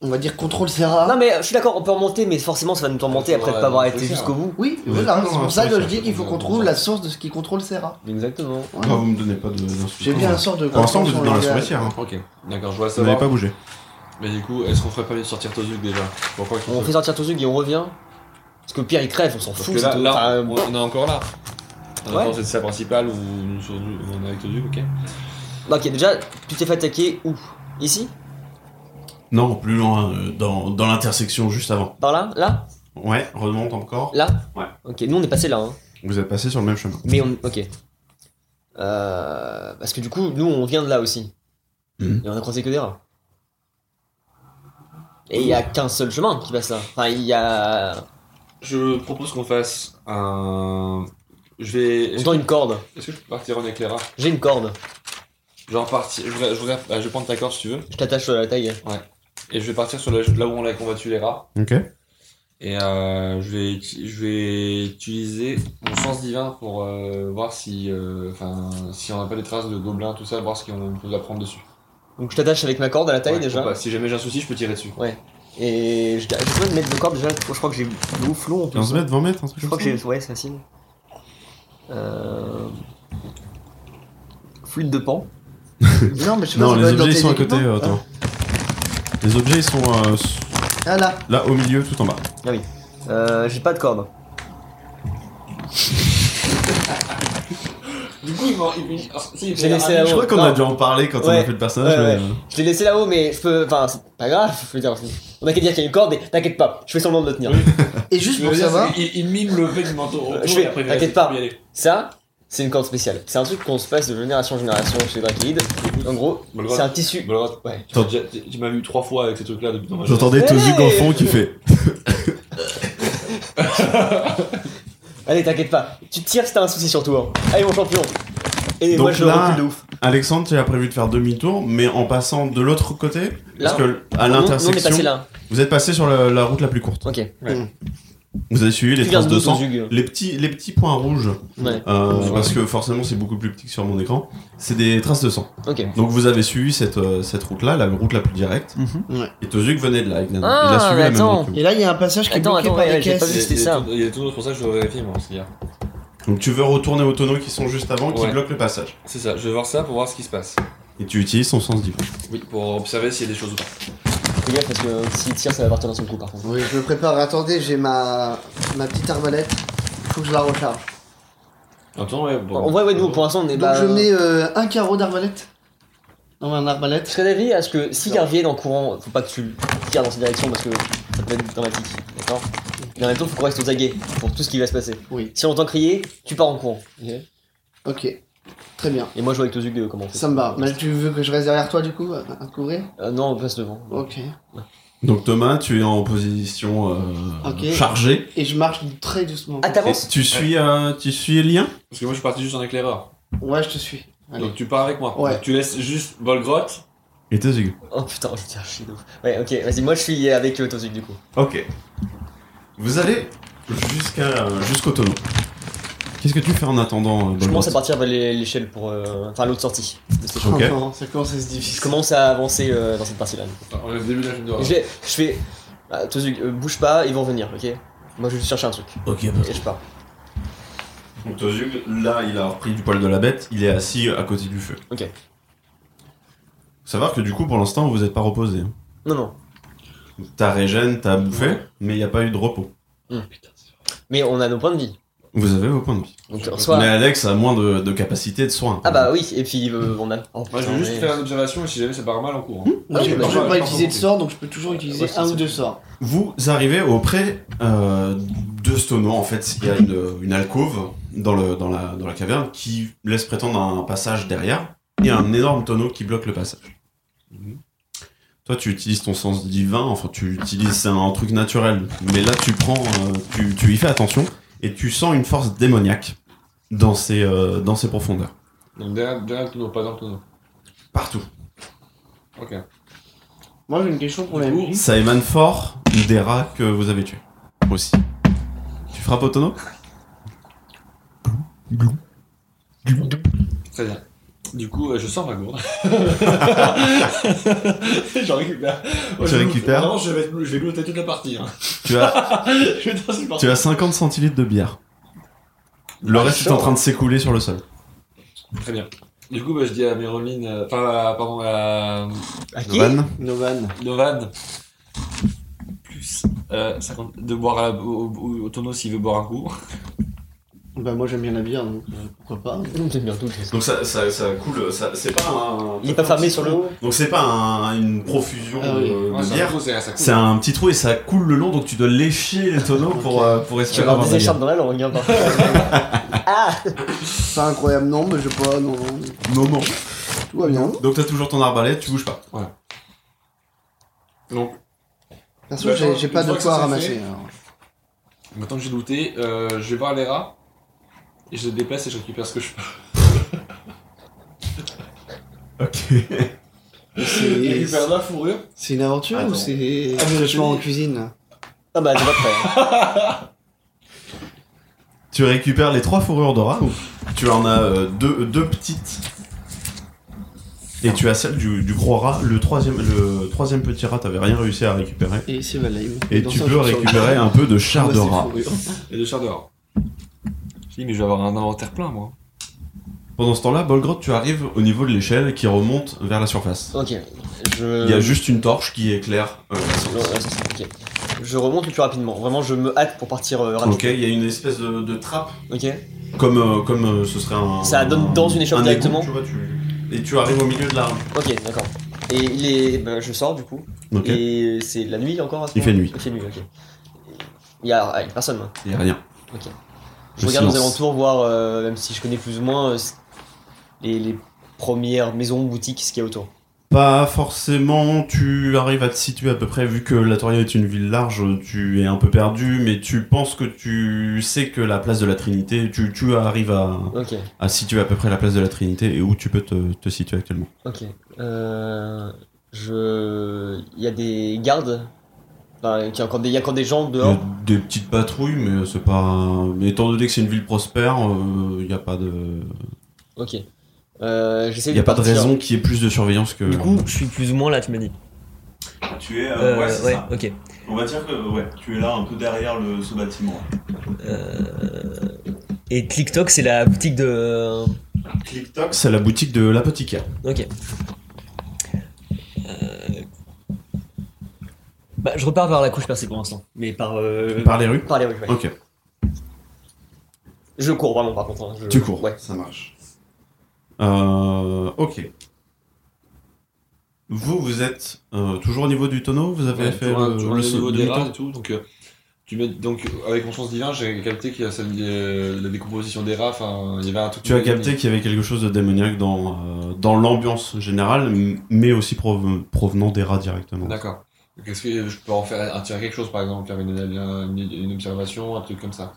S4: On va dire contrôle Serra.
S3: Non mais euh, je suis d'accord, on peut remonter, mais forcément ça va nous tourmenter
S2: Ça
S3: après de
S2: va,
S3: pas avoir
S2: faut
S3: été
S2: le faire.
S3: jusqu'au bout.
S4: Oui,
S1: Ouais,
S4: voilà,
S1: non,
S4: c'est pour
S1: non,
S4: ça
S1: ça,
S4: que
S1: ça,
S4: je dis qu'il faut qu'on trouve la source de ce qui contrôle Serra.
S3: Exactement.
S4: Ouais.
S1: Ah, vous me donnez pas de. d'insultes,
S4: J'ai bien
S1: hein.
S4: un sort de.
S1: Pour l'instant, vous
S4: compréhension
S1: êtes dans la
S4: légale.
S1: souricière. hein.
S2: Ok, d'accord, je vois
S1: Vous n'avez
S2: savoir.
S1: pas bougé.
S2: Mais du coup, est-ce qu'on ferait pas mieux de sortir Tozuk déjà Pourquoi qu'il
S3: On
S2: peut-
S3: fait sortir Tozug et on revient. Parce que pire, il crève, on s'en
S2: Parce
S3: fout.
S2: que là,
S3: c'est tout.
S2: là,
S3: Enfin,
S2: on, on est encore là.
S3: Ouais.
S2: Ouais. C'est la salle principale où nous sommes on est avec Tozuk, ok
S3: bon, ok, déjà, tu t'es fait attaquer où Ici
S1: Non, plus loin, euh, dans, dans l'intersection juste avant.
S3: Par là Là
S1: Ouais, remonte encore.
S3: Là
S1: Ouais.
S3: Ok, nous on est passé là, hein.
S1: Vous êtes passé sur le même chemin.
S3: Mais on. Ok. Euh, parce que du coup, nous on vient de là aussi.
S1: Mhm.
S2: Hmm.
S3: Et on a croisé que des rats. Et il y a qu'un seul chemin qui passe là. Enfin, il y a.
S2: Je propose qu'on fasse un. Je vais.
S3: On
S2: Est-ce
S3: tend
S2: que,
S3: une corde.
S2: est-ce que je peux partir en éclairage
S3: J'ai une corde.
S2: Genre partir. Je voudrais- je voudrais- bah, je vais prendre ta corde si tu veux.
S3: Je t'attache à la taille.
S2: Et je vais partir sur la- là où on a combattu les rats.
S1: Ok.
S2: Et euh, je, vais, uti- je vais utiliser mon sens divin pour euh, voir si, euh, enfin, si on n'a pas des traces de gobelins, tout ça, voir ce qu'on peut apprendre dessus.
S3: Donc je t'attache avec ma corde à la taille
S2: Ouais,
S3: déjà.
S2: faut pas. Si jamais j'ai un souci, je peux tirer dessus.
S3: Et je je peux mettre de corde déjà. Je crois que j'ai de ouf long en plus.
S1: 15 mètres, 20 mètres, un
S3: Je
S1: truc
S3: crois
S1: comme
S3: que
S1: ça
S3: j'ai. Ouais, c'est facile. Euh... Fluide de pan.
S4: Non, mais je sais pas,
S1: Non,
S4: ça
S1: les
S4: doit être dans
S1: objets ils
S4: tes
S1: sont à côté,
S4: équipements.
S1: euh, attends. Les objets ils sont euh, s-
S4: Ah là,
S1: là au milieu, tout en bas.
S3: Oh, Euh, j'ai pas de corde.
S2: Du coup, il m'a. il- si,
S3: J'ai
S2: il fait
S3: laissé la-
S2: un-
S1: Je crois qu'on
S3: non.
S1: a dû en parler quand on
S3: Ouais.
S1: a fait le personnage.
S3: Ouais,
S1: mais, euh,
S3: Je l'ai laissé là-haut, mais je peux. Enfin, c'est pas grave. Je veux dire, on a qu'à dire qu'il y a une corde et t'inquiète pas, je fais semblant de le tenir.
S2: Oui.
S4: et juste
S2: Je veux
S4: pour
S2: dire,
S4: savoir,
S2: c'est- Il, il mime le fait du manteau.
S3: Euh,
S2: autour
S3: je fais-
S2: et après, il
S3: t'inquiète
S2: reste-
S3: pas.
S2: il y aller.
S3: Ça, c'est une corde spéciale. C'est un truc qu'on se passe de génération en génération chez les Draclides. En gros,
S2: Bolgrot,
S3: c'est un tissu.
S2: Bolgrot,
S3: Ouais.
S2: tu m'as déjà- tu- tu m'as vu trois fois avec ces trucs-là depuis ton
S1: J'entendais
S3: Ouais.
S1: Tozug au fond qui fait.
S3: Allez, t'inquiète pas. Tu tires si t'as un souci surtout. Hein. Allez, mon champion. Et
S1: Donc
S3: moi, je
S1: là-
S3: recule de ouf.
S1: Alexandre, tu as prévu de faire demi-tour, mais en passant de l'autre côté,
S3: Là.
S1: parce que à
S3: Non, non, on est
S1: l'intersection,
S3: passé là.
S1: vous êtes passé sur la, la route la plus courte.
S3: Ok.
S1: Vous avez suivi les
S3: Tu gardes
S1: traces de
S3: d'où ton
S1: sang,
S3: jug
S1: les petits, les petits points rouges,
S3: Ouais.
S1: euh,
S2: Ouais.
S1: parce que forcément c'est beaucoup plus petit que sur mon écran. C'est des traces de sang.
S3: Ok.
S1: Donc vous avez suivi cette, euh, cette route-là, la route la plus directe.
S4: Mhm. Ouais.
S1: Et Tozug venait de là. Il, a-
S3: Ah,
S1: il a suivi
S3: mais
S1: la même
S3: attends.
S1: route. que vous.
S4: et là il y a un passage qui est
S3: Attends,
S4: bloqué
S3: attends,
S4: par
S3: ouais,
S4: les
S3: j'ai pas vu.
S4: caisses.
S3: c'était ça.
S2: Il y a tout pour ça que je vérifie, moi, c'est hier.
S1: Donc tu veux retourner aux tonneaux qui sont juste avant, qui
S2: Ouais.
S1: bloquent le passage.
S2: C'est ça, je vais voir ça pour voir ce qui se passe.
S1: Et tu utilises ton sens divin.
S2: Oui, pour observer s'il y a des choses ou pas.
S3: Fais gaffe parce que s'il tire, ça va partir dans son coup par contre.
S4: Oui, je me prépare. Attendez, j'ai ma... ma petite arbalète. Faut que je la recharge.
S2: Attends, ouais, bon.
S3: En vrai, ouais, nous pour l'instant on est
S4: Donc
S3: bah,
S4: je mets euh, un carreau d'arbalète. Non, mais un
S3: Je
S4: arbalète.
S3: serais d'avis à ce que si
S4: Non.
S3: reviennent en courant, faut pas que tu tires dans cette direction parce que ça peut être dramatique, d'accord Mais en même temps, faut qu'on reste aux aguets pour tout ce qui va se passer.
S4: Oui.
S3: Si on entend crier, tu pars en courant.
S4: Ok. Très bien.
S3: Et moi, je joue avec Tozug euh, comment on fait
S4: Ça me va. Mais tu veux que je reste derrière toi du coup, à, à couvrir
S3: Euh, non, on passe devant.
S4: Ok.
S1: Donc Thomas, tu es en position euh,
S4: Ok.
S1: chargée.
S4: Et je marche très doucement.
S3: Ah,
S1: Et
S3: t'avances
S1: tu suis, euh, tu suis Lien
S2: Parce que moi, je suis parti juste en éclaireur.
S4: Ouais, je te suis. Allez.
S2: Donc tu pars avec moi.
S4: Ouais.
S2: Donc, tu laisses juste Volgrotte.
S1: Et Tozug.
S3: Oh putain, je tire, je suis de ouf. Ouais, ok, vas-y, moi je suis avec euh, Tozug du coup.
S1: Ok. Vous allez jusqu'à jusqu'au tonneau. Qu'est-ce que tu fais en attendant euh,
S3: Je commence à
S1: Bolgrot
S3: partir vers l'é- l'échelle pour. euh, Enfin, l'autre sortie de cette
S4: [laughs]
S1: Ok.
S4: Oh non, ça commence à se difficile.
S3: Je commence à avancer euh, dans cette partie-là.
S2: On est au début de la chaîne de
S3: Et Je, vais- je fais. Ah, Tozug, euh, bouge pas, ils vont venir, ok Moi, je vais chercher un truc.
S5: Ok,
S3: Et je pars.
S1: Donc, Tozug, là, il a repris du poil de la bête, il est assis euh, à côté du feu.
S3: Ok.
S1: Faut Savoir que du coup, pour l'instant, vous n'êtes pas reposé. hein.
S3: Non, non.
S1: T'as régène, t'as bouffé, mais il n'y a pas eu de repos.
S3: Mais on a nos points de vie.
S1: Vous avez vos points de vie.
S3: Donc, en soi.
S1: Mais Alex a moins de, de capacité de soins.
S3: Ah bah oui, et puis euh, on a. Oh,
S2: Moi, je
S3: putain,
S2: vais juste
S3: mais-
S2: faire une observation et si jamais ça part mal, hein. en cours.
S4: Moi,
S3: Ah,
S4: j'ai-
S3: oui, bah,
S2: ouais,
S4: moi, je peux pas
S2: ouais,
S4: utiliser
S2: ouais.
S4: de sort, donc je peux toujours utiliser
S3: Ouais, c'est
S4: un
S3: ça.
S4: ou deux sorts.
S1: Vous arrivez auprès euh, de ce tonneau. En fait, il y a une, une alcôve dans, le, dans, la, dans la caverne qui laisse prétendre un passage derrière et un énorme tonneau qui bloque le passage.
S2: Mhm.
S1: Toi, tu utilises ton sens divin, enfin, tu utilises c'est un truc naturel. Mais là, tu prends, euh, tu, tu y fais attention et tu sens une force démoniaque dans ces, euh, dans ces profondeurs.
S2: Donc derrière, derrière le tonneau, pas dans le tonneau.
S1: Partout.
S2: Ok.
S4: Moi, j'ai une question pour la
S2: Du coup,
S4: nuit.
S1: Ça émane fort des rats que vous avez tués. Aussi. Tu frappes au tonneau
S2: Très bien. Du coup, euh, je sors ma [laughs] gourde. J'en récupère.
S1: Tu
S2: je vais-
S1: récupères
S2: Vraiment, je vais, être- je vais glotter toute la partie. hein. [laughs]
S1: Tu as,
S2: je vais être insupportable.
S1: Tu as 50 centilitres de bière. Le
S3: Ah,
S1: reste est
S3: chaud.
S1: en train de s'écouler sur le sol.
S2: Très bien. Du coup, bah, je dis à Méroline, euh, enfin, à- pardon, à
S3: À qui
S1: Novan
S4: Novan.
S2: Novan, plus euh, 50 de boire à la- au, au- au tonneau s'il veut boire un coup.
S4: Bah moi j'aime bien la bière, donc euh, pourquoi pas.
S3: J'aime bien tout. ça.
S1: Donc ça, ça, ça coule, ça- c'est pas un...
S3: Il est pas fermé sur le haut.
S1: Donc c'est pas un- une profusion
S4: Ah oui.
S1: euh,
S2: Moi,
S1: de
S2: c'est un
S1: bière.
S2: trou, c'est- ça coule.
S1: C'est un petit trou et ça coule le long, donc tu dois lécher les tonneaux pour, euh, pour
S3: Tu
S1: espérer
S3: vas avoir
S1: avoir de
S3: Ah, des
S1: la
S3: écharpes dans la langue. hein, par contre.
S2: [laughs]
S3: ah
S4: Pas incroyable, non, mais je sais pas, non, non.
S1: bière. Moment.
S4: Tout va bien.
S1: Donc t'as toujours ton arbalète, tu bouges pas.
S2: Donc,
S4: De toute façon,
S2: Bah,
S4: j'ai- j'ai
S2: une
S4: pas
S2: fois
S4: de
S2: que
S4: quoi
S2: ça s'est
S4: ramasser.
S2: fait-
S4: alors.
S2: Maintenant que j'ai looté, euh, je vais voir les rats, et je les déplace et je récupère ce que je peux.
S1: Ok.
S3: [laughs]
S2: Je
S4: C'est-
S2: récupère de la fourrure.
S4: C'est une aventure
S1: Attends.
S4: ou c'est
S2: Ah, mais je
S4: vachement en
S2: dis-
S4: cuisine
S3: Ah bah, c'est pas prêt.
S1: Tu récupères les trois fourrures de rat. Tu en as euh, deux, euh, deux petites. Et tu as celle du, du gros rat. Le troisième, le troisième petit rat, t'avais rien réussi à récupérer.
S4: Et c'est Valheim.
S1: Et
S4: Dans
S1: tu
S4: ça,
S1: peux
S4: je suis
S1: récupérer
S4: sûr.
S1: un peu de char
S4: Moi,
S1: de
S4: c'est
S1: rat.
S4: fourrure.
S2: [laughs] Et deux chars dehors. Je dis, mais je vais avoir un inventaire plein, moi.
S1: Pendant ce temps-là, Bolgrot, tu arrives au niveau de l'échelle qui remonte vers la surface.
S3: Ok. Je...
S1: Il y a juste une torche qui éclaire euh, la
S3: Non,
S1: surface.
S3: ouais, ça, c'est compliqué. Je remonte le plus rapidement. Vraiment, je me hâte pour partir euh, rapidement.
S1: Ok, il y a une espèce de, de trappe,
S3: Ok.
S1: comme, euh, comme euh, ce serait un.
S3: Ça donne dans une échelle
S1: un égout,
S3: directement
S1: tu vois, tu- Et tu arrives au milieu de la rue.
S3: Ok, d'accord. Et il est. bah, je sors du coup.
S1: Ok. Il
S3: Et c'est la nuit encore à ce
S1: Il
S3: moment
S1: fait nuit.
S3: Il fait nuit, ok. Il y a, ah, il y a personne. moi.
S1: n'y a rien.
S3: Ok. Je
S1: Le
S3: regarde aux
S1: silence.
S3: alentours, voir, euh, même si je connais plus ou moins, euh, ce- les, les premières maisons, boutiques, ce qu'il y a autour.
S1: Pas forcément, tu arrives à te situer à peu près, vu que La Toria est une ville large, tu es un peu perdu, mais tu penses que tu sais que la place de la Trinité, tu, tu arrives à,
S3: Ok,
S1: à situer à peu près la place de la Trinité et où tu peux te, te situer actuellement.
S3: ok. Euh, je... Il y a des gardes. Enfin, il y a encore des, il y a encore des gens
S1: Il y a
S3: dehors.
S1: des petites patrouilles, mais c'est pas. mais étant donné que c'est une ville prospère, euh, il n'y a pas de.
S3: Ok. Euh, J'essaie
S1: Il
S3: de
S1: n'y a pas de
S3: partir.
S1: raison qu'il y ait plus de surveillance que.
S3: Du coup, je suis plus ou moins là, tu m'as dit.
S5: Tu es.
S3: Euh,
S5: euh, ouais, c'est ça.
S3: ok.
S5: On va dire que ouais, tu es là un peu derrière le, ce bâtiment.
S3: Euh, Et TikTok, c'est la boutique de. euh,
S1: Click-toc, c'est la boutique de l'apothicaire.
S3: Ok. Euh, Bah, je repars par la couche percée pour l'instant. Mais par. euh,
S1: Par les rues
S3: par les rues, ouais.
S1: Ok,
S3: Je cours vraiment par contre. hein, je-
S1: tu cours.
S3: Ouais.
S1: Ça marche. Euh, ok. Vous, vous êtes euh, toujours au niveau du tonneau Vous avez
S2: Ouais,
S1: fait
S2: toujours un-
S1: le,
S2: toujours un
S1: le
S2: niveau des
S1: demi-tour
S2: rats et tout. Donc, euh, tu mets, donc euh, avec mon sens divin, j'ai capté qu'il y a celle, euh, la décomposition des rats. Enfin, il y avait un truc.
S1: Tu as capté qu'il y avait quelque chose de démoniaque dans, euh, dans l'ambiance générale, m- mais aussi prov- provenant des rats directement.
S2: D'accord. Donc, Est-ce que je peux en faire un- tirer quelque chose, par exemple, faire une, une- une observation, un truc comme ça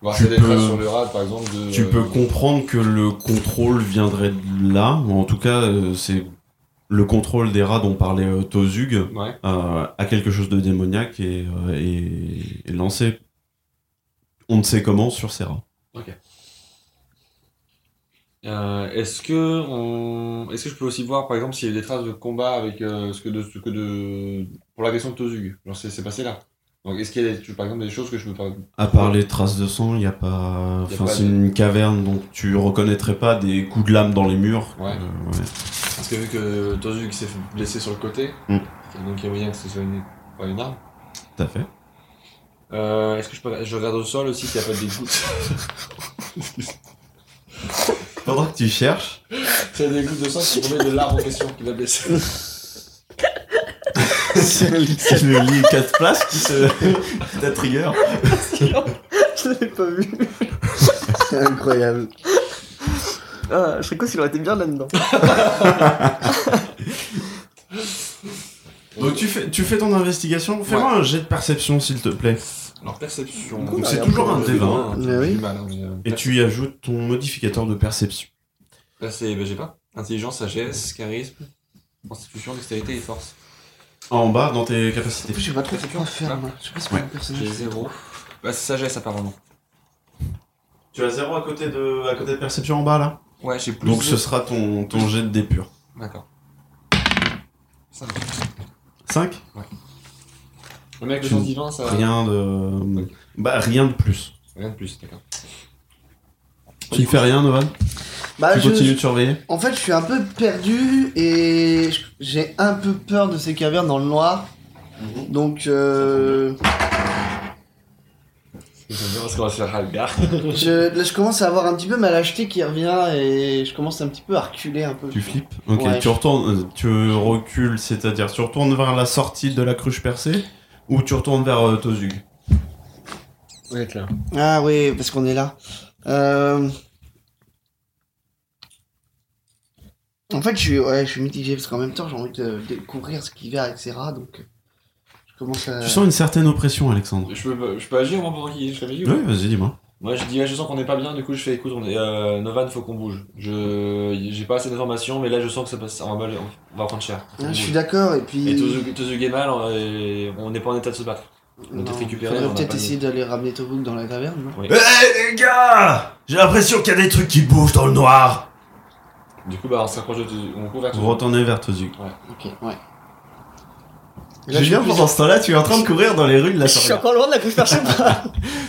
S2: Voir
S1: Tu
S2: s'il y a des
S1: peux-
S2: traces sur le rat, par exemple. De,
S1: Tu peux
S2: euh,
S1: comprendre que le contrôle viendrait de là, ou en tout cas, euh, c'est le contrôle des rats dont parlait euh, Tozug
S2: Ouais.
S1: euh, a quelque chose de démoniaque et, euh, et- et lancé on ne sait comment sur ces rats.
S2: Euh, est-ce que on... est-ce que je peux aussi voir, par exemple, s'il y a eu des traces de combat avec euh, ce que de ce que de pour la question de Tozug Genre, c'est c'est passé là. Donc, est-ce qu'il y a, des- par exemple, des choses que je peux pas
S1: À part les traces de sang, il n'y a pas.
S2: Y a
S1: Enfin,
S2: pas
S1: c'est
S2: de-
S1: une caverne, donc tu reconnaîtrais pas des coups de lame dans les murs.
S2: Ouais.
S1: Euh, ouais.
S2: Parce que vu que Tozug s'est fait blesser sur le côté,
S1: Mm.
S2: donc il y a moyen que ce soit une, pas une arme.
S1: Tout à fait.
S2: Euh, est-ce que je, peux... je regarde au sol aussi s'il n'y a pas de gouttes
S1: Pendant que tu
S2: [laughs]
S1: cherches,
S2: S'il y a des gouttes de sang qui tombaient de l'arbre en question qui l'a blessé.
S1: [laughs] c'est le lit 4 places qui
S2: [laughs]
S1: se. qui t'a trigger.
S3: je l'avais pas vu.
S4: [laughs] C'est incroyable.
S3: Ah, je serais quoi s'il aurait été bien là-dedans
S1: Donc tu fais, tu fais ton investigation, fais-moi un jet de perception s'il te plaît.
S2: Alors, perception.
S1: Donc c'est toujours un D20.
S4: Mais oui.
S2: J'ai du mal, hein, mais, euh,
S1: Et tu y ajoutes ton modificateur de perception.
S2: Là, c'est, ben, j'ai pas. Intelligence, sagesse, charisme, constitution, dextérité et force.
S1: En bas, dans tes
S4: En
S1: capacités.
S4: plus, je sais pas trop quoi faire, moi. Je sais pas si c'est
S1: Ouais.
S4: mon personnage.
S2: J'ai zéro. Bah, c'est sagesse, apparemment.
S1: Tu as zéro à côté de, à côté de perception en bas là
S2: Ouais, j'ai plus.
S1: Donc
S2: de-
S1: ce sera ton, ton jet de dépure.
S2: D'accord. Ça
S1: 5
S2: Le mec, le
S1: Tu-
S2: sens divin, ça.
S1: Rien de. Bah rien de plus.
S2: Rien de plus, d'accord.
S1: Tu fais rien, Novan
S4: Bah,
S1: tu
S4: je-
S1: continues de surveiller
S4: En fait, je suis un peu perdu et je- j'ai un peu peur de ces cavernes dans le noir.
S1: Mhm.
S4: Donc, euh,
S2: Parce qu'on va se faire halgar.
S4: je, là, je commence à avoir un petit peu ma lâcheté qui revient et je commence un petit peu à reculer un peu.
S1: Tu flippes Ok,
S4: Ouais.
S1: tu retournes, euh, tu recules, c'est-à-dire tu retournes vers la sortie de la cruche percée ou tu retournes vers euh, Tozug
S3: On est là.
S4: Ah oui, parce qu'on est là. Euh, En fait, je suis, ouais, je suis mitigé parce qu'en même temps, j'ai envie de découvrir ce qu'il y a, etc. Donc, euh, je commence à.
S1: Tu sens une certaine oppression, Alexandre.
S2: Je peux, je peux agir moi pendant qu'il je réveille ou
S1: Oui, vas-y, dis-moi.
S2: Moi je dis ouais, je sens qu'on n'est pas bien, du coup je fais écoute, on est, euh, Novan, faut qu'on bouge. Je j'ai pas assez d'informations, mais là je sens que ça passe, on va, mal- on va prendre cher. Faut qu'on
S4: Hein, je suis
S2: bouge.
S4: d'accord et puis.
S2: Et Tozu Tozu est mal, on est- on n'est pas en état de se battre.
S4: Non,
S2: peut-être récupérer,
S4: faudrait
S2: on a
S4: peut-être
S2: pas de-
S4: essayer d'aller ramener Tobouk dans la taverne. non
S2: Oui.
S5: Eh les gars J'ai l'impression qu'il y a des trucs qui bougent dans le noir
S2: Du coup bah on s'approche de Tozu, on couvre vers
S1: Vous retournez vers Tozug.
S4: Ok, ouais. Et là,
S1: J'ai
S4: je
S1: bien
S4: suis plus-
S1: pendant ce temps-là, tu es en train de courir dans les rues de la
S3: Je suis
S1: sorgue.
S3: encore loin de la couche percée [laughs] ou pas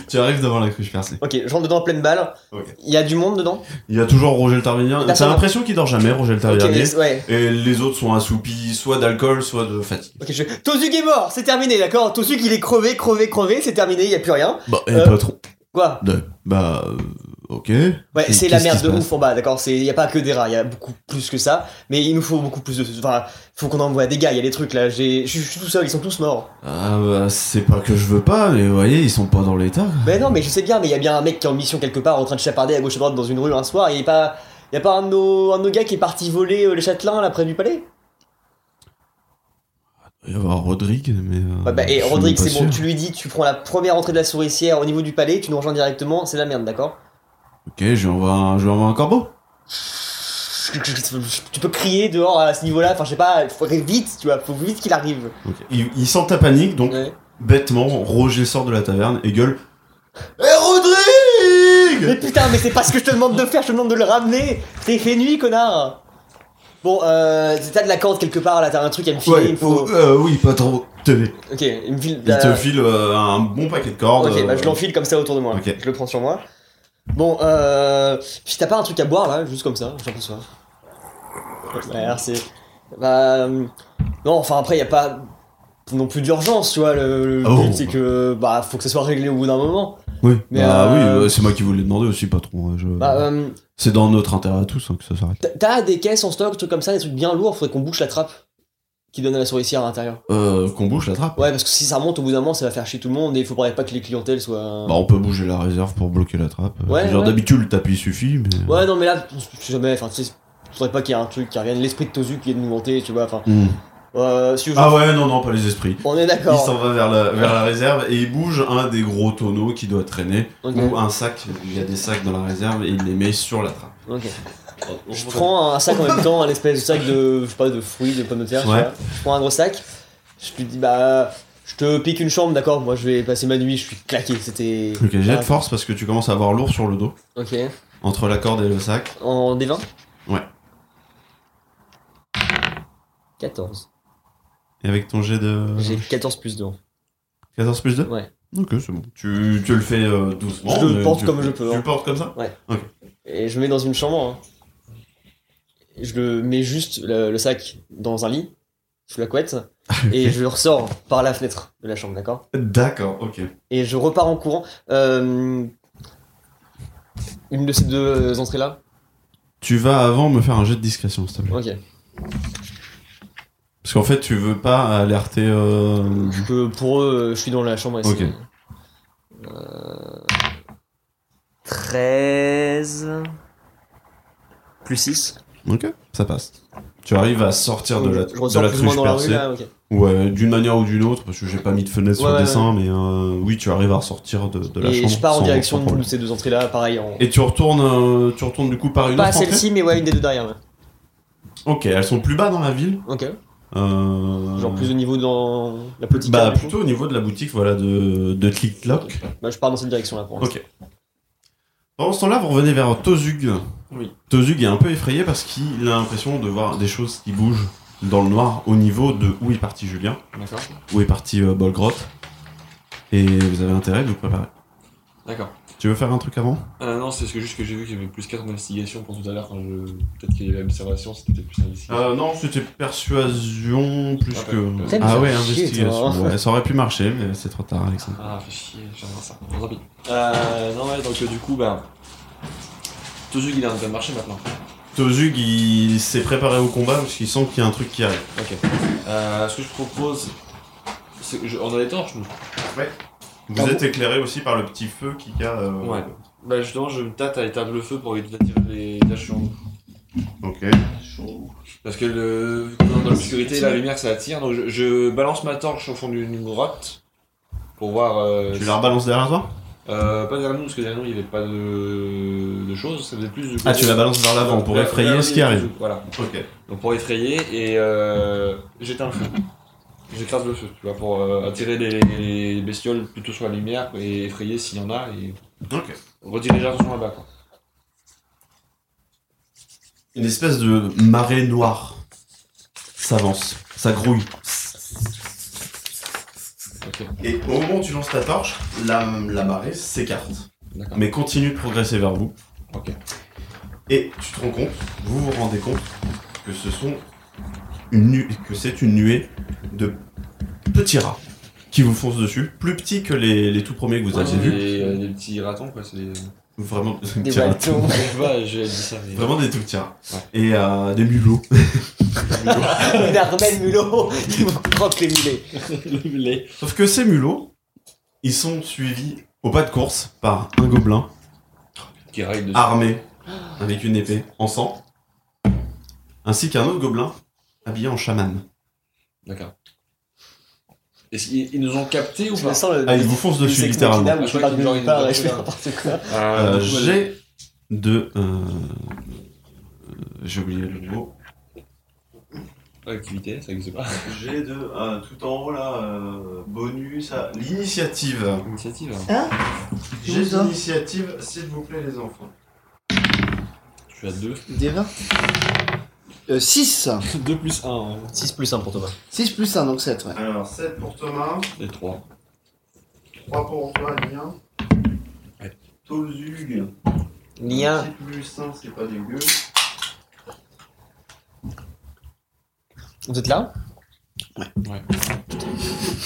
S1: Tu arrives devant la cruche percée.
S3: Ok, je rentre dedans en pleine balle.
S1: Ok.
S3: Il y a du monde dedans
S1: Il y a toujours Roger le Tarvinien.
S3: D'accord.
S1: T'as l'impression qu'il dort jamais, Roger le
S3: Ok,
S1: Tarvinien.
S3: mais- ouais.
S1: Et les autres sont assoupis, soit d'alcool, soit de fatigue.
S3: Ok, je fais. Tozug est mort, c'est terminé, d'accord Tozug il est crevé, crevé, crevé, c'est terminé, il y a plus rien.
S1: Bah, et
S3: Euh,
S1: patron.
S3: Quoi
S1: de- Bah, euh, ok.
S3: Ouais,
S1: Et
S3: c'est la
S1: qu'est-ce
S3: merde
S1: qui se
S3: de
S1: passe
S3: ouf en bas, d'accord Il n'y a pas que des rats, il y a beaucoup plus que ça. Mais il nous faut beaucoup plus de. Enfin, faut qu'on envoie des gars, il y a des trucs là. j'ai- Je je suis tout seul, ils sont tous morts.
S1: Ah, bah, c'est pas que je veux pas, mais vous voyez, ils sont pas dans l'état.
S3: Mais Ben non, mais je sais bien, mais il y a bien un mec qui est en mission quelque part en train de chaparder à gauche à droite dans une rue un soir. Il est pas. Il y a pas un de, nos, un de nos gars qui est parti voler euh, les châtelains là près du palais
S1: Il va y avoir Rodrigue, mais. euh,
S3: bah, bah,
S1: je
S3: Et
S1: suis
S3: Rodrigue,
S1: même pas
S3: c'est bon,
S1: sûr.
S3: tu lui dis, tu prends la première entrée de la souricière au niveau du palais, tu nous rejoins directement, c'est la merde, d'accord
S1: Ok, je lui envoie un, je lui envoie un corbeau.
S3: Tu peux crier dehors à ce niveau là, enfin je sais pas, faut vite, tu vois, faut vite qu'il arrive.
S1: Ok. Il, il sent ta panique, donc
S3: Ouais.
S1: bêtement, Roger sort de la taverne et gueule. Eh Rodrigue
S3: Mais putain, mais c'est pas ce que je te demande de faire, je te demande de le ramener T'es fait nuit, connard Bon, euh, t'as de la corde quelque part, là, t'as un truc à me filer,
S1: Ouais,
S3: il me faut...
S1: oh, euh, oui, pas trop. Tenez.
S3: Ok, il me file...
S1: Il te file euh, un bon paquet de cordes.
S3: Bah, Ok, bah je
S1: euh,
S3: l'enfile comme ça autour de moi,
S1: Ok.
S3: je le prends sur moi. Bon, euh... Puis t'as pas un truc à boire, là, juste comme ça, j'en pense pas. Ouais, merci. Bah... euh, Non, enfin, après, y a pas non plus d'urgence, tu vois, le, le
S1: Oh.
S3: but, c'est que... Bah, faut que ça soit réglé au bout d'un moment.
S1: Oui,
S3: Mais,
S1: bah
S3: euh,
S1: oui, euh, c'est moi qui vous l'ai demandé aussi, patron. euh, je-
S3: Bah, euh,
S1: C'est dans notre intérêt à tous hein, que ça s'arrête.
S3: T'as- T'as des caisses en stock, des trucs comme ça, des trucs bien lourds, faudrait qu'on bouche la trappe qui donne à la souricière à l'intérieur.
S1: Euh, qu'on bouge la trappe.
S3: Ouais, parce que si ça remonte au bout d'un moment, ça va faire chier tout le monde et il faudrait pas que les clientèles soient.
S1: Bah on peut bouger la réserve pour bloquer la trappe. Euh,
S3: Ouais,
S1: genre
S3: ouais.
S1: d'habitude le tapis suffit, mais. euh,
S3: Ouais, non, mais là, je sais jamais, enfin, tu sais, faudrait pas qu'il y ait un truc qui revienne, l'esprit de Tozu qui vient de nous hanter, tu vois, enfin.
S1: Hmm.
S3: Euh, si je-
S1: Ah ouais, non, non, pas les esprits.
S3: On est
S1: Il
S3: d'accord.
S1: s'en va vers la, vers la réserve et il bouge un des gros tonneaux qui doit traîner
S3: Ok,
S1: ou un sac. Il y a des sacs dans la réserve et il les met sur la trappe.
S3: ok.
S2: On
S3: Je prends un sac en même temps, un espèce de sac de, je sais pas, de fruits, de pommes de terre, tu
S1: Ouais.
S3: vois. Je prends un gros sac, je lui dis, bah, je te pique une chambre, d'accord, moi je vais passer ma nuit, je suis claqué, c'était.
S1: Ok, j'ai de
S3: Ah,
S1: force parce que tu commences à avoir lourd sur le dos
S3: Ok.
S1: entre la corde et le sac.
S3: En D20
S1: Ouais.
S3: 14.
S1: Et avec ton jet de
S3: J'ai 14 plus 2.
S1: 14 plus 2
S3: Ouais.
S1: Ok, c'est bon. Tu, tu le fais euh, doucement.
S3: Je le
S1: mais
S3: porte
S1: tu-
S3: comme je peux,
S1: Tu
S3: hein.
S1: le portes comme ça
S3: Et je le mets dans une chambre. hein. Et Je le mets juste le, le sac dans un lit, sous la
S1: [laughs]
S3: couette, et je le ressors par la fenêtre de la chambre, d'accord
S1: D'accord, ok.
S3: Et je repars en courant. Euh, une de ces deux entrées-là
S1: Tu vas avant me faire un jet de discrétion, s'il te plaît.
S3: Ok.
S1: Parce qu'en fait, tu veux pas alerter. euh,
S3: Je peux- pour eux, euh, je suis dans la chambre ici.
S1: Ok.
S3: Euh, 13 plus 6.
S1: Ok, ça passe. Tu arrives à sortir de la,
S3: je
S1: de
S3: ressors
S1: la
S3: plus ou moins
S1: cruche
S3: dans la rue
S1: percée.
S3: là, ok.
S1: Ouais, d'une manière ou d'une autre, parce que j'ai pas mis de fenêtre sur
S3: Ouais,
S1: le
S3: ouais,
S1: dessin, mais euh, oui, tu arrives à ressortir de, de la
S3: et
S1: chambre.
S3: je pars en
S1: sans-
S3: direction
S1: sans
S3: de
S1: problème.
S3: ces deux entrées là, pareil. En...
S1: Et tu retournes, euh, tu retournes du coup par une
S3: Pas
S1: autre entrée
S3: celle-ci, mais ouais, une des deux derrière. là.
S1: Ok, elles sont plus bas dans la ville.
S3: Ok.
S1: Euh,
S3: Genre plus au niveau dans la petite.
S1: Bah,
S3: cave, du coup.
S1: plutôt au niveau de la boutique, voilà, de, de Click Clock.
S3: Bah, je pars dans cette direction là pour
S1: Ok. Pendant ce temps-là, vous revenez vers Tozug.
S2: Oui.
S1: Tozug est un peu effrayé parce qu'il a l'impression de voir des choses qui bougent dans le noir au niveau de où est parti Julien,
S2: D'accord.
S1: où est parti euh, Bolgrot. Et vous avez intérêt de vous préparer.
S2: D'accord.
S1: Tu veux faire un truc avant
S2: Ah non, c'est ce que- juste que j'ai vu qu'il y avait plus 4 en investigation pour tout à l'heure. quand je... Peut-être qu'il y avait observation, c'était peut-être plus
S4: Ah.
S2: investigation.
S1: Euh, non, c'était persuasion plus
S2: Ah,
S1: que.
S2: ouais.
S1: Ah ouais,
S3: bah, Ça fait chier,
S1: investigation.
S3: toi.
S1: Ouais, ça aurait pu marcher, mais c'est trop tard, Alexandre.
S2: Ah, fais chier, j'aimerais ça. Bon, tant pis. Euh, non, ouais, donc euh, du coup, bah. Tozug, il est en train de marcher maintenant.
S1: Tozug, il s'est préparé au combat parce qu'il sent qu'il y a un truc qui arrive.
S2: Ok. Euh, ce que je propose. c'est que je- On a des torches, nous.
S3: Ah
S1: Vous êtes éclairé aussi par le petit feu qui a. euh,
S2: Ouais. Bah, justement, je me tâte à éteindre le feu pour éviter d'attirer les tâches sur nous.
S1: Ok.
S3: Euh,
S2: Parce que le, vu qu'on est dans l'obscurité, la lumière ça attire. Donc je, je balance ma torche au fond d'une grotte pour voir. euh,
S1: Tu
S2: si-
S1: la rebalances derrière toi
S2: euh, Pas derrière nous, parce que derrière nous il n'y avait pas de, de choses. Ça faisait plus de.
S1: Ah, tu la balances vers l'avant pour
S2: Derrière-
S1: effrayer
S2: derrière
S1: ce
S2: nous,
S1: qui
S2: il y avait
S1: arrive.
S2: tout. Voilà.
S1: Ok.
S2: Donc pour effrayer et euh, j'éteins le feu. J'écrase le feu, tu vois, pour euh, attirer les, les bestioles plutôt sur la lumière et effrayer s'il y en a et
S1: Ok.
S2: rediriger l'attention là-bas. quoi.
S1: Une espèce de marée noire s'avance, ça grouille.
S2: Ok,
S1: Et au moment où tu lances ta torche, la, la marée s'écarte,
S2: d'accord.
S1: mais continue de progresser vers vous.
S2: Ok.
S1: Et tu te rends compte, vous vous rendez compte que ce sont une nu- que c'est une nuée de petits rats qui vous foncent dessus, plus petits que les, les tout premiers que vous
S2: Ouais,
S1: aviez vus.
S2: c'est des, euh, des petits ratons quoi, c'est des.
S1: Vraiment [laughs]
S3: Des
S1: petits rats.
S3: bâtons. [laughs]
S2: Je sais pas, j'ai dit ça, mais.
S1: Vraiment des tout petits rats.
S2: Ouais.
S1: Et euh, des mulots.
S3: Une armelle mulot qui vous croque les
S4: [laughs]
S3: mulets.
S2: Le lait.
S1: Sauf que ces mulots, ils sont suivis au pas de course par un gobelin
S2: qui règle dessus.
S1: armé avec une épée en sang, ainsi qu'un autre gobelin habillé en chaman.
S2: D'accord. Est-ce qu'ils ils nous ont capté ou
S3: Je
S2: pas
S3: me sens le.
S1: Ah, ils vous foncent
S3: le
S1: dessus
S3: sexe
S1: littéralement.
S3: maquinable,
S2: Ah, je
S3: Je
S2: crois
S3: parle
S2: qu'il y a
S3: nulle part
S2: une
S3: et je fais
S2: genre de-
S3: [laughs] n'importe quoi.
S1: Euh,
S2: Euh, du coup, elle-
S1: J'ai de. euh, J'ai oublié le mot.
S2: Activité, ça existe pas. [laughs]
S1: J'ai de. euh, tout en haut là, euh, bonus. à- L'initiative.
S2: Initiative. hein.
S1: J'ai
S4: ça
S1: l'initiative, s'il vous plaît, les enfants.
S2: Je suis à [laughs] 2.
S4: Des 20 euh, 6
S2: 2 plus
S4: Ah,
S2: 1
S3: 6 plus 1 pour Thomas.
S4: 6 plus 1, donc 7, ouais.
S1: Alors, 7 pour Thomas,
S2: et 3.
S1: 3 pour toi, Lien.
S2: Ouais.
S1: Tozug.
S3: Lien.
S1: plus 1, c'est pas dégueu.
S3: Vous êtes là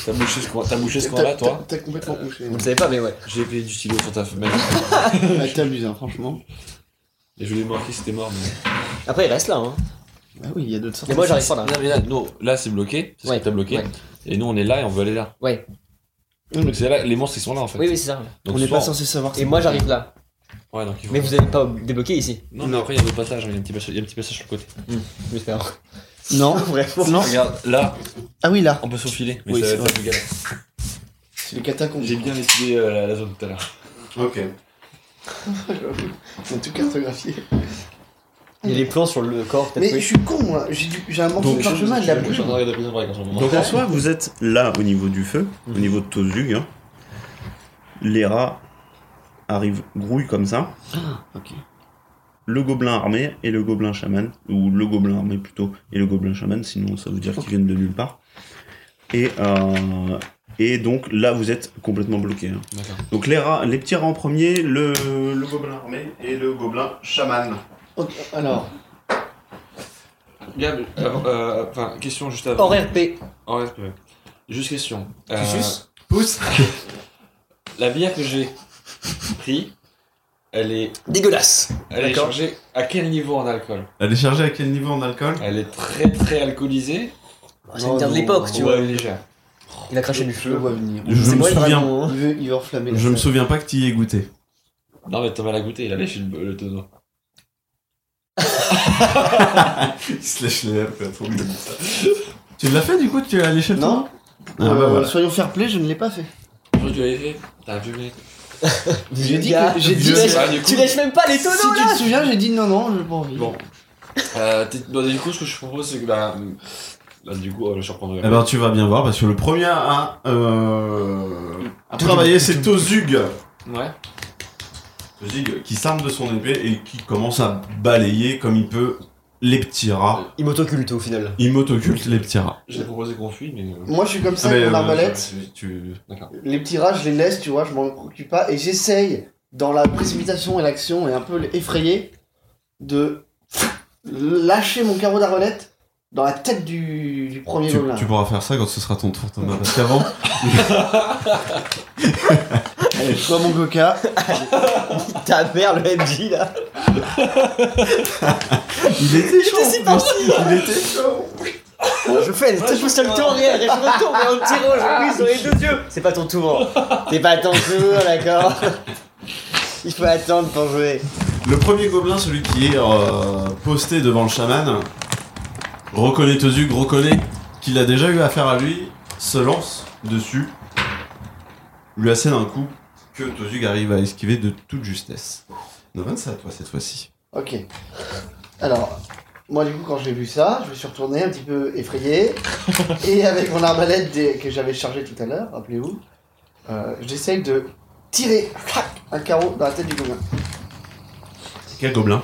S2: T'as bouché ce qu'on t'as bouché ce qu'on a,
S4: T'as-
S2: toi
S4: T'as t'as complètement [laughs] couché.
S3: Vous le savez pas, mais ouais.
S2: J'ai payé du stylo sur ta femelle.
S4: Ah, T'abuses, hein, franchement.
S2: Et je lui ai marqué c'était mort. Mais...
S3: Après, il reste là. Hein.
S4: Ah oui, il y a d'autres sortes.
S3: Mais moi, j'arrive pas là.
S2: Non, mais là, nous, là c'est bloqué. C'est ce
S3: Ouais,
S2: que t'as bloqué.
S3: ouais.
S2: Et nous, on est là et on veut aller là.
S3: Ouais.
S2: Donc c'est là, les monstres ils sont là en fait.
S3: Oui, oui, c'est ça.
S2: Donc,
S4: on n'est
S2: soit
S4: pas censé savoir ça.
S3: Et moi, j'arrive là.
S2: Ouais, donc il faut-
S3: Mais vous n'êtes pas débloqué ici,
S2: Non, mais après, il y a d'autres passages. hein, Il y a un petit passage, il y a un petit passage sur le côté.
S3: j'espère.
S4: Non,
S3: [laughs] Vraiment.
S4: non.
S2: Regarde, là,
S4: Ah oui, là.
S2: on peut s'enfiler. Mais
S4: Oui,
S2: ça
S4: c'est
S2: va
S4: vrai.
S2: être plus galère.
S4: C'est les catacombes.
S2: J'ai bien étudié euh, la- la zone tout à l'heure.
S1: Ok.
S4: Ils ont tout cartographié.
S3: Il y a les plans sur le corps,
S4: Mais
S3: peut-être.
S4: je
S3: oui.
S4: suis con, moi. J'ai du- j'ai un manque de parchemin et de la
S2: Je suis
S4: plume.
S2: en train de regarder Prison Break en ce moment.
S5: Donc en soi, vous êtes là au niveau du feu, au niveau de Tozug. hein. Les rats arrivent, grouillent comme ça.
S4: ok.
S5: Le gobelin armé et le gobelin chaman, ou le gobelin armé plutôt, et le gobelin chaman, sinon ça veut dire qu'ils viennent de nulle part. Et, euh, et donc là, vous êtes complètement bloqué. hein.
S2: D'accord.
S5: Donc les, rats, les petits rats en premier, le, le gobelin armé et le gobelin chaman.
S4: Ok, alors.
S2: Gab, avant- euh, enfin, question juste avant.
S3: Horaire P.
S2: Horaire, ouais. Juste question. Euh,
S1: Juste Pousse
S2: La bière que j'ai pris, elle est,
S3: Dégueulasse.
S2: elle est
S3: D'accord.
S2: chargée à quel niveau en alcool
S1: [laughs] Elle est chargée à quel niveau en alcool
S2: Elle est très très alcoolisée.
S3: C'est une terre de l'époque, tu vois.
S2: Ouais, légère.
S3: Il a craché du
S4: Je le
S3: feu.
S4: vois venir.
S1: Je
S3: C'est
S1: me
S3: moi le
S1: souviens.
S3: dragon, hein.
S4: Il veut, il veut enflammer la
S1: Je me
S4: salle.
S1: souviens pas que t'y aies goûté.
S2: Non mais Thomas l'a goûté, il a léché le, le tonneau.
S1: Il se lèche les lèvres, quoi, trop mignon. Tu l'as fait du coup Tu as léché le
S4: Non
S1: Ah bah
S4: Euh,
S1: voilà.
S4: Soyons fair play, je ne l'ai pas fait.
S2: Je crois que tu l'avais fait. T'as vu mec.
S4: J'ai dit
S3: Gars,
S4: que. J'ai dit
S3: Tu
S2: vieux.
S4: que-
S3: lèches,
S2: Ah, du coup-
S3: tu lèches même pas les
S4: Si
S3: tonneaux
S4: tu
S3: là
S4: te souviens, j'ai dit non, non, je pas envie.
S2: Bon. Euh, t'es- bah, du coup, ce que je propose, c'est que bah, bah, du coup, euh, je reprendrai.
S1: Eh ben tu vas bien voir parce que le premier à, euh, à travailler c'est Tozug.
S2: Ouais.
S1: Tozug qui s'arme de son épée et qui commence à balayer comme il peut les petits rats.
S3: Il m'autoculte au final.
S1: Il m'autoculte les petits rats.
S2: J'ai proposé qu'on fuit, mais. euh,
S4: Moi, je suis comme ça
S1: Ah, mais,
S4: avec mon
S1: euh,
S4: arbalète.
S1: tu- tu-
S4: Les petits rats, je les laisse, tu vois, je m'en occupe pas. Et j'essaye dans la précipitation et l'action et un peu effrayé de lâcher mon carreau d'arbalète dans la tête du, du premier
S1: Tu,
S4: gobelin.
S1: tu pourras faire ça quand ce sera ton tour, Thomas. Parce
S4: [laughs]
S1: qu'avant,
S4: Allez, je bois mon coca.
S3: [laughs] Ta mère, le MJ là
S1: il était
S3: J'étais si
S1: Il était
S3: Je fais,
S2: Ouais,
S3: je pousse le
S2: je-
S3: tour, regarde, je retourne, mais en tirant, je sur les deux yeux C'est pas ton tour C'est pas ton tour, d'accord Il faut attendre pour jouer.
S1: Le premier gobelin, celui qui est euh, posté devant le chaman, reconnaît Tozug, reconnaît qu'il a déjà eu affaire à lui, se lance dessus, lui assène un coup que Tozug arrive à esquiver de toute justesse. Novan, c'est à toi cette fois-ci.
S4: Ok. Alors, moi du coup, quand j'ai vu ça, je me suis retourné un petit peu
S1: [laughs]
S4: effrayé. et avec mon arbalète des- que j'avais chargée tout à l'heure, rappelez-vous, euh, j'essaye de tirer clac, un carreau dans la tête du gobelin.
S1: Quel gobelin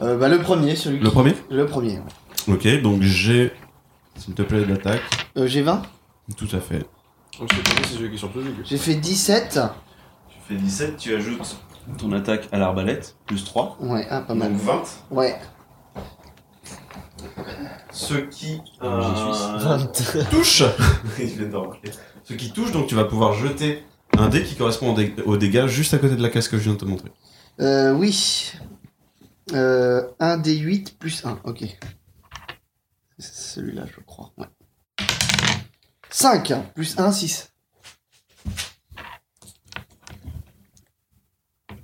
S4: Euh, bah, le premier, celui
S1: Le
S4: qui-
S1: premier
S4: Le premier. ouais.
S1: Ok, donc j'ai, s'il te plaît, l'attaque.
S4: Euh, j'ai 20.
S1: Tout à fait.
S2: Donc c'est pas c'est celui qui est sur le jeu.
S4: J'ai fait 17.
S5: Tu fais 17, tu ajoutes ton attaque à l'arbalète, plus 3.
S4: Ouais, ah, pas mal.
S1: 20.
S4: Ouais.
S1: Ce qui
S5: euh,
S1: touche [laughs] Ce qui touche, donc tu vas pouvoir jeter un dé qui correspond au, dé- au dégât juste à côté de la casse que je viens de te montrer.
S4: Euh, oui. Euh, 1 des 8 plus 1, ok. C'est celui-là, je crois. Ouais. 5 plus 1, 6.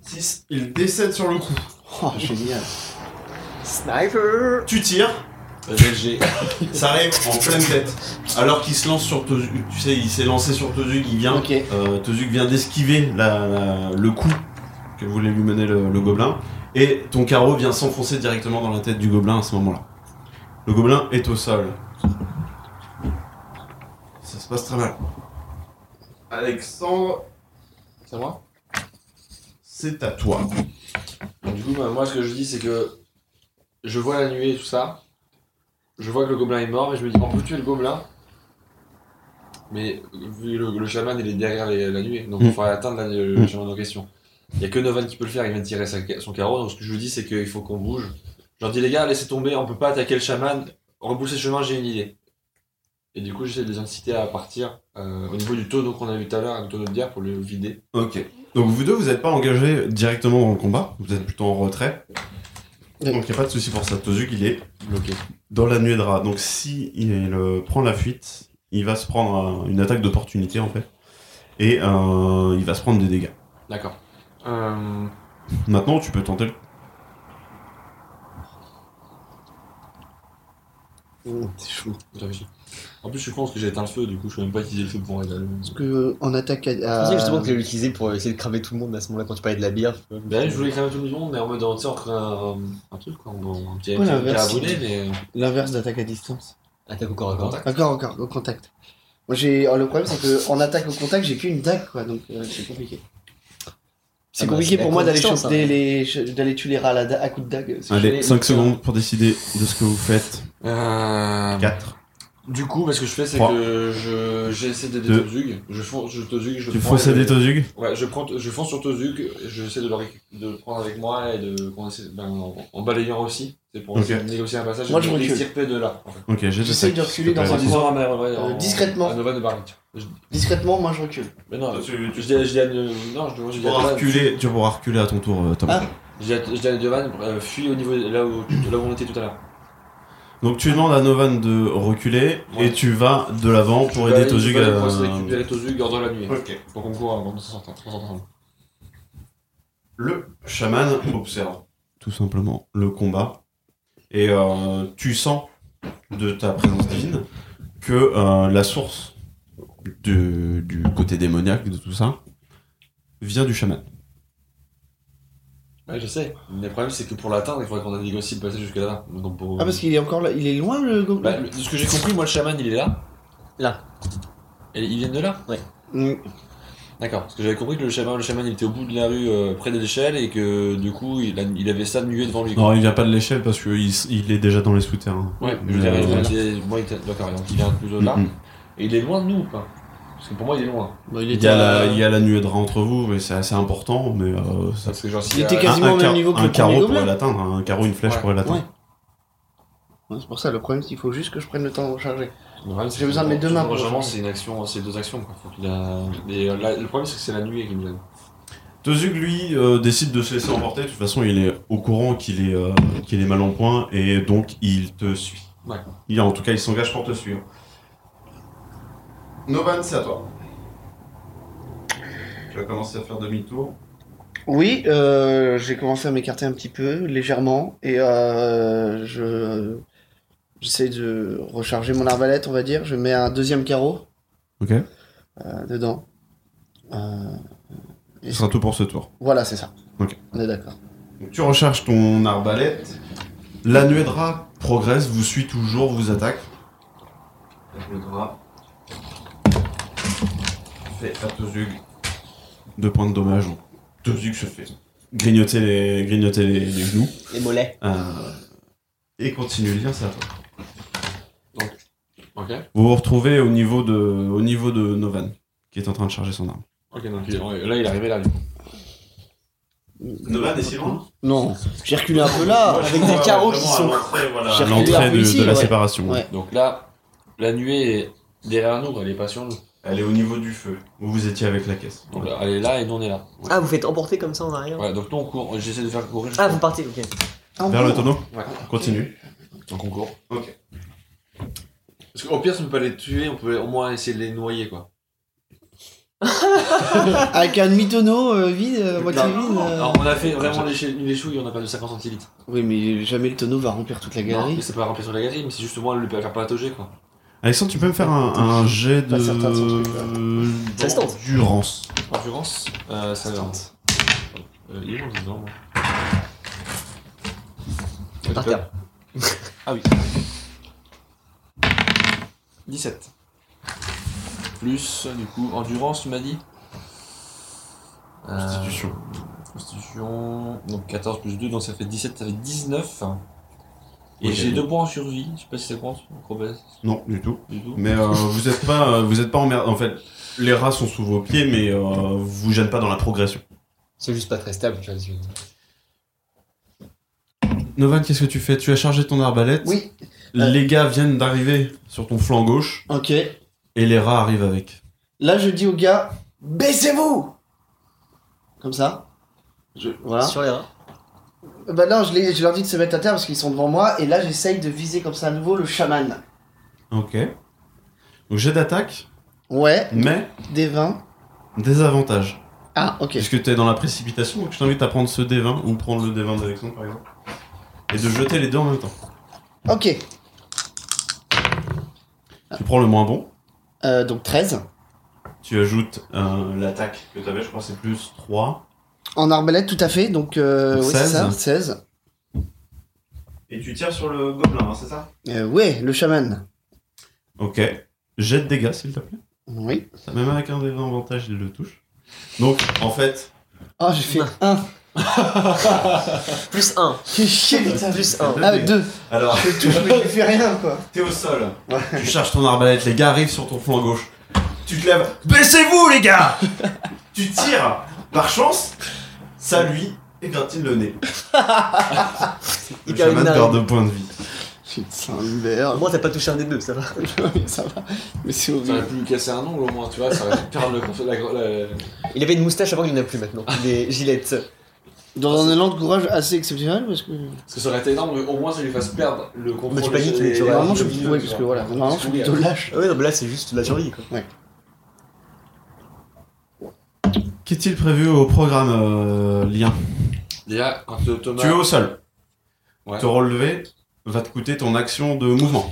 S1: 6. Il décède sur le coup.
S4: Oh, génial.
S3: Sniper
S1: Tu tires,
S2: LG.
S1: ça arrive en pleine tête. Alors qu'il se lance sur Tozug, tu sais, il s'est lancé sur Tozug, il vient.
S4: Ok.
S1: Euh, Tozug vient d'esquiver la- la- le coup que voulait lui mener le, le gobelin. Et ton carreau vient s'enfoncer directement dans la tête du gobelin à ce moment-là. Le gobelin est au sol. Ça se passe très mal. Alexandre,
S2: C'est à moi
S1: C'est à toi.
S2: Donc, Du coup, bah, moi ce que je dis c'est que je vois la nuée et tout ça. Je vois que le gobelin est mort et je me dis on peut tuer le gobelin. Mais vu le, le chaman il est derrière les- la nuée, donc
S1: Mm.
S2: il faut atteindre la- le
S1: Mm.
S2: chaman en question. Il y a que Novan qui peut le faire, il vient de tirer sa- son carreau. Donc ce que je lui dis c'est qu'il faut qu'on bouge. Je leur dis les gars, laissez tomber, on peut pas attaquer le chaman. Reboussez le chemin, j'ai une idée. Et du coup, j'essaie de les inciter à partir euh, au niveau du tonneau qu'on a vu tout à l'heure, le tonneau de bière pour le vider.
S1: Ok. Donc vous deux, vous n'êtes pas engagés directement dans le combat, vous êtes plutôt en retrait.
S4: Oui.
S1: Donc il n'y a pas de souci pour ça. Tozuk, il est
S2: Bloqué.
S1: dans la nuée de rats. Donc si il euh, prend la fuite, il va se prendre un- une attaque d'opportunité en fait. Et euh, il va se prendre des dégâts.
S2: D'accord. Euh,
S1: Maintenant, tu peux tenter le...
S4: C'est chaud.
S2: J'avais- En plus, je suis con parce que j'ai éteint le feu, du coup, je peux même pas utiliser le feu pour éteindre le
S4: Parce que, euh, en attaque à.
S3: Je
S4: à-
S3: pensais justement que j'allais l'utiliser pour essayer de cramer tout le monde à ce moment-là quand tu parlais de la bière.
S2: Ben, je voulais cramer tout le monde, mais en mode entier, on crée un, un truc, quoi. On, un petit
S4: Ouais,
S2: un petit
S4: l'inverse.
S2: abonné, mais.
S4: L'inverse d'attaque à distance.
S3: Attaque au corps à corps.
S4: Encore, encore, au contact. Moi, j'ai. oh, le problème, c'est que en attaque au contact, j'ai qu'une dague, quoi, donc euh, c'est compliqué. C'est
S3: Ah bah,
S4: compliqué
S3: c'est
S4: pour moi d'aller
S3: distance,
S4: choper
S3: hein.
S4: les- ch- d'aller tuer les rats à, la da- à coup de dague. c'est
S1: Allez,
S4: chaud.
S1: 5 secondes pour décider de ce que vous faites.
S2: Euh,
S1: 4.
S2: Du coup, ben, ce que je fais, c'est
S1: Trois.
S2: que je, j'essaie d'aider
S1: Deux.
S2: Tozug. Je fonce, je Tozug, je
S1: Tu
S2: prends
S1: fausses
S2: et-
S1: aider Tozug
S2: Ouais, je prends, je fonce sur Tozug, j'essaie de le, réc- de le prendre avec moi et de, qu'on essaie- ben, en, en balayant aussi. C'est pour
S1: Ok.
S2: essayer de négocier un passage.
S4: Moi,
S2: et
S4: je
S2: de
S4: recule.
S2: l'extirper de là. En fait.
S1: Ok, j'ai
S4: J'essaie de reculer dans
S2: En
S4: un
S1: Tu
S2: disant à ma- ouais,
S4: Euh,
S2: en-
S4: discrètement.
S2: À Nova de Barrick. Je-
S4: Discrètement, moi, je recule.
S2: Mais non, je,
S1: tu-
S2: je dis à- je dis à- non, je, je dis à
S1: pourras
S2: Nova-
S1: reculer, tu pourras reculer à ton tour, euh, Thomas.
S4: Ah.
S2: Je dis à- je dis à Jovan, euh, fuis au niveau de- là où, là où on était tout à l'heure.
S1: Donc tu demandes à Novan de reculer
S2: Ouais.
S1: et tu vas de l'avant pour aider
S2: Je vais
S1: euh,
S2: aller-
S1: Tozug
S2: je vais aller
S1: à...
S2: pour essayer de récupérer Tozug hors de la nuit.
S1: Ok.
S2: Pour qu'on court avant de s'en sortir. qu'on s'en sorte.
S1: Le chaman observe tout simplement le combat et euh, tu sens de ta présence divine que euh, la source de- du côté démoniaque de tout ça vient du chaman.
S2: Ouais, je sais. Mais le problème, c'est que pour l'atteindre, il faudrait qu'on a négocié le passage jusqu'à là. Donc pour...
S4: Ah, parce qu'il est encore là. Il est loin, le
S2: Bah,
S4: gobelin
S2: le- de ce que j'ai compris, moi, le chaman, il est là.
S3: Là.
S2: Et ils viennent de là
S4: Mm.
S2: D'accord. Parce que j'avais compris que le chaman, le chaman, il était au bout de la rue, euh, près de l'échelle, et que du coup, il, a- il avait ça de nuée devant lui. quoi.
S1: Non, il vient pas de l'échelle parce qu'il il est déjà dans les souterrains.
S2: Ouais,
S1: Mais,
S2: je dirais,
S1: euh,
S2: je dirais, moi, il était- d'accord, donc il vient plutôt de là.
S1: Mm, mm.
S2: Et il est loin de nous ou pas Parce que pour moi, il est loin.
S4: Bah, il
S1: Il
S4: était,
S1: y, a la,
S4: à-
S1: il y a la nuée de rats entre vous, mais c'est assez important. Mais euh, ça-
S2: Parce que genre,
S4: Il
S2: si.
S4: était
S2: euh,
S4: quasi- Quasiment au même
S1: car-
S4: niveau que
S1: un
S4: le premier
S1: carreau
S4: gobelin.
S1: pourrait l'atteindre, hein. un carreau, une flèche
S2: Ouais.
S1: pourrait l'atteindre.
S4: Ouais. Ouais, c'est pour ça, le problème, c'est qu'il faut juste que je prenne le temps de recharger.
S2: Le problème, c'est
S4: J'ai
S2: que
S4: besoin de mes deux
S2: tout
S4: mains
S2: le
S4: pour-
S2: rechargement, c'est une action, c'est deux actions. Quoi. Faut qu'il a... Et euh, là, le problème, c'est que c'est la nuit qui me gêne.
S1: Tozug, lui, euh, décide de se laisser emporter. De toute façon, il est au courant qu'il est, euh, qu'il est mal en point et donc il te suit.
S2: Ouais.
S1: Il, en tout cas, il s'engage pour te suivre. Novan, c'est à toi. Tu vas commencer à faire demi-tour.
S4: Oui, euh, j'ai commencé à m'écarter un petit peu, légèrement, et euh, je j'essaie de recharger mon arbalète, on va dire. Je mets un deuxième carreau
S1: Ok.
S4: euh, dedans. Euh,
S1: Ce sera tout pour ce tour.
S4: voilà, c'est ça.
S1: Ok.
S4: On est d'accord.
S1: Donc, tu recharges ton arbalète. La nuée de rats progresse, vous suit toujours, vous attaque. Le drap fait à Tozug. Deux points de dommage. Donc, Tozug se fait grignoter les, grignoter les, les genoux.
S3: Les mollets.
S1: Euh, et continue le lien, ça.
S2: Ok
S1: Vous vous retrouvez au niveau de, au niveau de Novan, qui est en train de charger son arme.
S2: Ok, donc il- ouais, là, il est arrivé là. du coup.
S1: Novan est si loin
S4: Non, j'ai reculé un peu là, Ah, avec des carreaux qui sont...
S1: à
S4: J'ai reculé un
S1: l'entrée
S4: peu
S1: de,
S4: ici,
S1: de la
S4: ouais.
S1: séparation.
S4: Ouais.
S2: Donc là, la nuée est derrière nous, quoi, elle est pas sur nous.
S1: Elle est au niveau du feu, où vous étiez avec la caisse.
S2: Donc elle est là et nous, on est là.
S3: Ah, vous faites emporter comme ça en arrière
S2: Ouais, donc nous, on court. J'essaie de faire courir.
S3: Ah, vous partez, ok.
S4: Ah,
S1: Vers
S4: bon.
S1: le tonneau
S2: Ouais.
S1: Continue.
S2: Donc on court.
S1: Ok.
S2: Parce qu'au pire, si on peut pas les tuer, on peut au moins essayer de les noyer, quoi.
S4: Ah, Avec un demi-tonneau euh, vide, euh, moitié vide... euh.
S2: Alors, on a fait vraiment les, chou- les chouilles, on a perdu 50 centilitres.
S4: Oui, mais jamais le tonneau va remplir toute la
S2: Non, mais
S4: galerie.
S2: c'est pas remplir sur la galerie, mais c'est justement le faire patauger, quoi.
S1: Alexandre, tu peux me faire un, un jet de.
S4: Pas certain de son truc, là.
S1: euh,
S3: Ça se tente.
S1: Endurance.
S2: Endurance, euh, ça va. Euh, il est où, le dedans, moi
S3: Par
S2: Ouais,
S3: terre.
S2: Ah oui. 17. Plus, du coup, endurance, tu m'as dit Euh,
S1: Constitution.
S2: Constitution. Donc 14 plus 2, donc ça fait 17, ça fait 19. Et
S1: Ok.
S2: j'ai 2 points en survie, je sais pas si ça compte, acrobatie,
S1: Non, du tout.
S2: du tout.
S1: Mais euh, vous êtes pas, euh, vous êtes pas emmerdé. En fait, les rats sont sous vos pieds, mais euh, vous gênez pas dans la progression.
S3: C'est juste pas très stable, tu vois.
S1: Novan, qu'est-ce que tu fais Tu as chargé ton arbalète.
S4: Oui,
S1: Les gars viennent d'arriver sur ton flanc gauche
S4: ok.
S1: et les rats arrivent avec.
S4: Là, je dis au gars, baissez-vous Comme ça. Je, voilà.
S3: Sur les rats.
S4: Bah non, je, les- je leur dis de se mettre à terre parce qu'ils sont devant moi. Et là, j'essaye de viser comme ça à nouveau le chaman.
S1: Ok. Donc jet d'attaque,
S4: Ouais,
S1: mais
S4: des 20.
S1: désavantage.
S4: Ah, ok.
S1: Puisque tu es dans la précipitation, donc je t'invite à prendre ce D20 ou prendre le D20 d'Alexandre par exemple. Et de jeter les deux en même temps.
S4: Ok,
S1: Tu prends le moins bon,
S4: euh, donc 13.
S1: tu ajoutes euh, l'attaque que tu avais, je crois que c'est plus 3,
S4: En arbalète, tout à fait. Donc, euh, ouais, c'est
S1: 16.
S4: ça, 16.
S1: et tu tires sur le gobelin, hein, c'est ça
S4: Euh, ouais, le chaman.
S1: Ok. Jette dégâts s'il te plaît.
S4: Oui.
S1: Ça, Même avec un D20 avantage, il le touche. Donc en fait,
S4: Oh, j'ai fait 1.
S3: Plus 1.
S4: J'ai chier,
S3: [laughs]
S4: putain.
S3: Plus 1.
S4: Ah, 2.
S1: [laughs] alors
S4: Je touche, mais j'ai fait rien, quoi.
S1: t'es au sol,
S4: Ouais.
S1: tu charges ton arbalète, les gars arrivent sur ton flanc gauche. Tu te lèves, baissez-vous les gars Tu tires, par chance, ça lui égratine le nez. Le
S3: Il perd
S1: chaman
S3: une
S1: perd
S3: arme.
S1: deux points de vie.
S4: Putain, [laughs] merde.
S3: Moi, t'as pas touché un des deux, ça va.
S4: ça va. Mais c'est
S2: Ça aurait
S4: horrible.
S2: pu lui casser un ongle au moins, tu vois, ça aurait pu perdre le contrôle. La... la-
S3: Il avait une moustache avant, il n'en a plus maintenant. Des gilettes.
S4: Dans un élan de courage assez exceptionnel, parce que.
S2: Parce que ça aurait été énorme, mais au moins ça lui fasse perdre le contrôle.
S3: Bah, tu paniques,
S2: des-
S3: tu
S2: des-
S3: vois,
S4: Normalement,
S2: des-
S4: je
S2: des-
S4: suis.
S2: des-
S4: Ouais,
S2: des-
S4: parce que voilà.
S2: des-
S4: Normalement, je suis plutôt lâche.
S3: Ah ouais, non, mais là, c'est juste de la survie, quoi.
S1: Qu'est-il prévu au programme euh, lien
S2: Déjà, quand euh, Thomas.
S1: Tu es au sol.
S2: Ouais.
S1: Te relever va te coûter ton action de mouvement.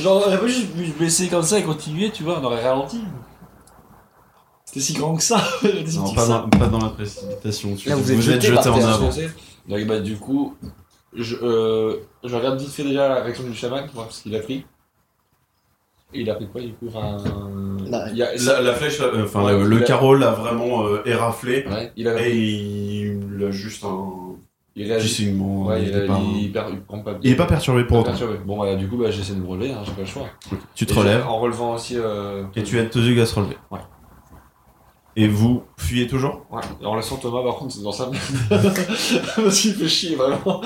S2: Genre, on aurait pas juste pu se blesser comme ça et continuer, tu vois, on aurait ralenti. C'était si grand que ça. [laughs] C'était si
S1: Non,
S2: petit
S1: pas
S2: que ça. hein,
S1: dans, pas dans la précipitation. Tu-
S3: Là, vous êtes jeté par
S1: en
S3: terre,
S1: avant.
S2: Donc, bah, du coup, je, euh, je regarde vite fait déjà la réaction du chaman, voir ce qu'il a pris. Et il a pris quoi, du coup enfin,
S4: Là,
S2: il y a-
S1: Bah, La, la flèche, euh, enfin
S2: Ouais,
S1: le, le
S2: la-
S1: carreau l'a vraiment euh, éraflé
S2: Ouais, il a
S1: et il a juste un,
S2: Il
S1: Je
S2: réagit.
S1: sais, bon,
S2: Ouais,
S1: il
S2: il,
S1: était pas-
S2: il, il perd- il prend pas.
S1: il est pas perturbé pour autant.
S2: pas perturbé. Bon, bah, du coup, bah, j'essaie de me relever, hein, j'ai pas le choix.
S1: Tu te
S2: Et
S1: relèves
S2: je- En relevant aussi. euh,
S1: et tu aides Tozug à se relever.
S2: Ouais.
S1: Et vous fuyez toujours
S2: Ouais, en laissant Thomas, par contre, c'est dans sa merde. [laughs] Parce qu'il fait chier, vraiment.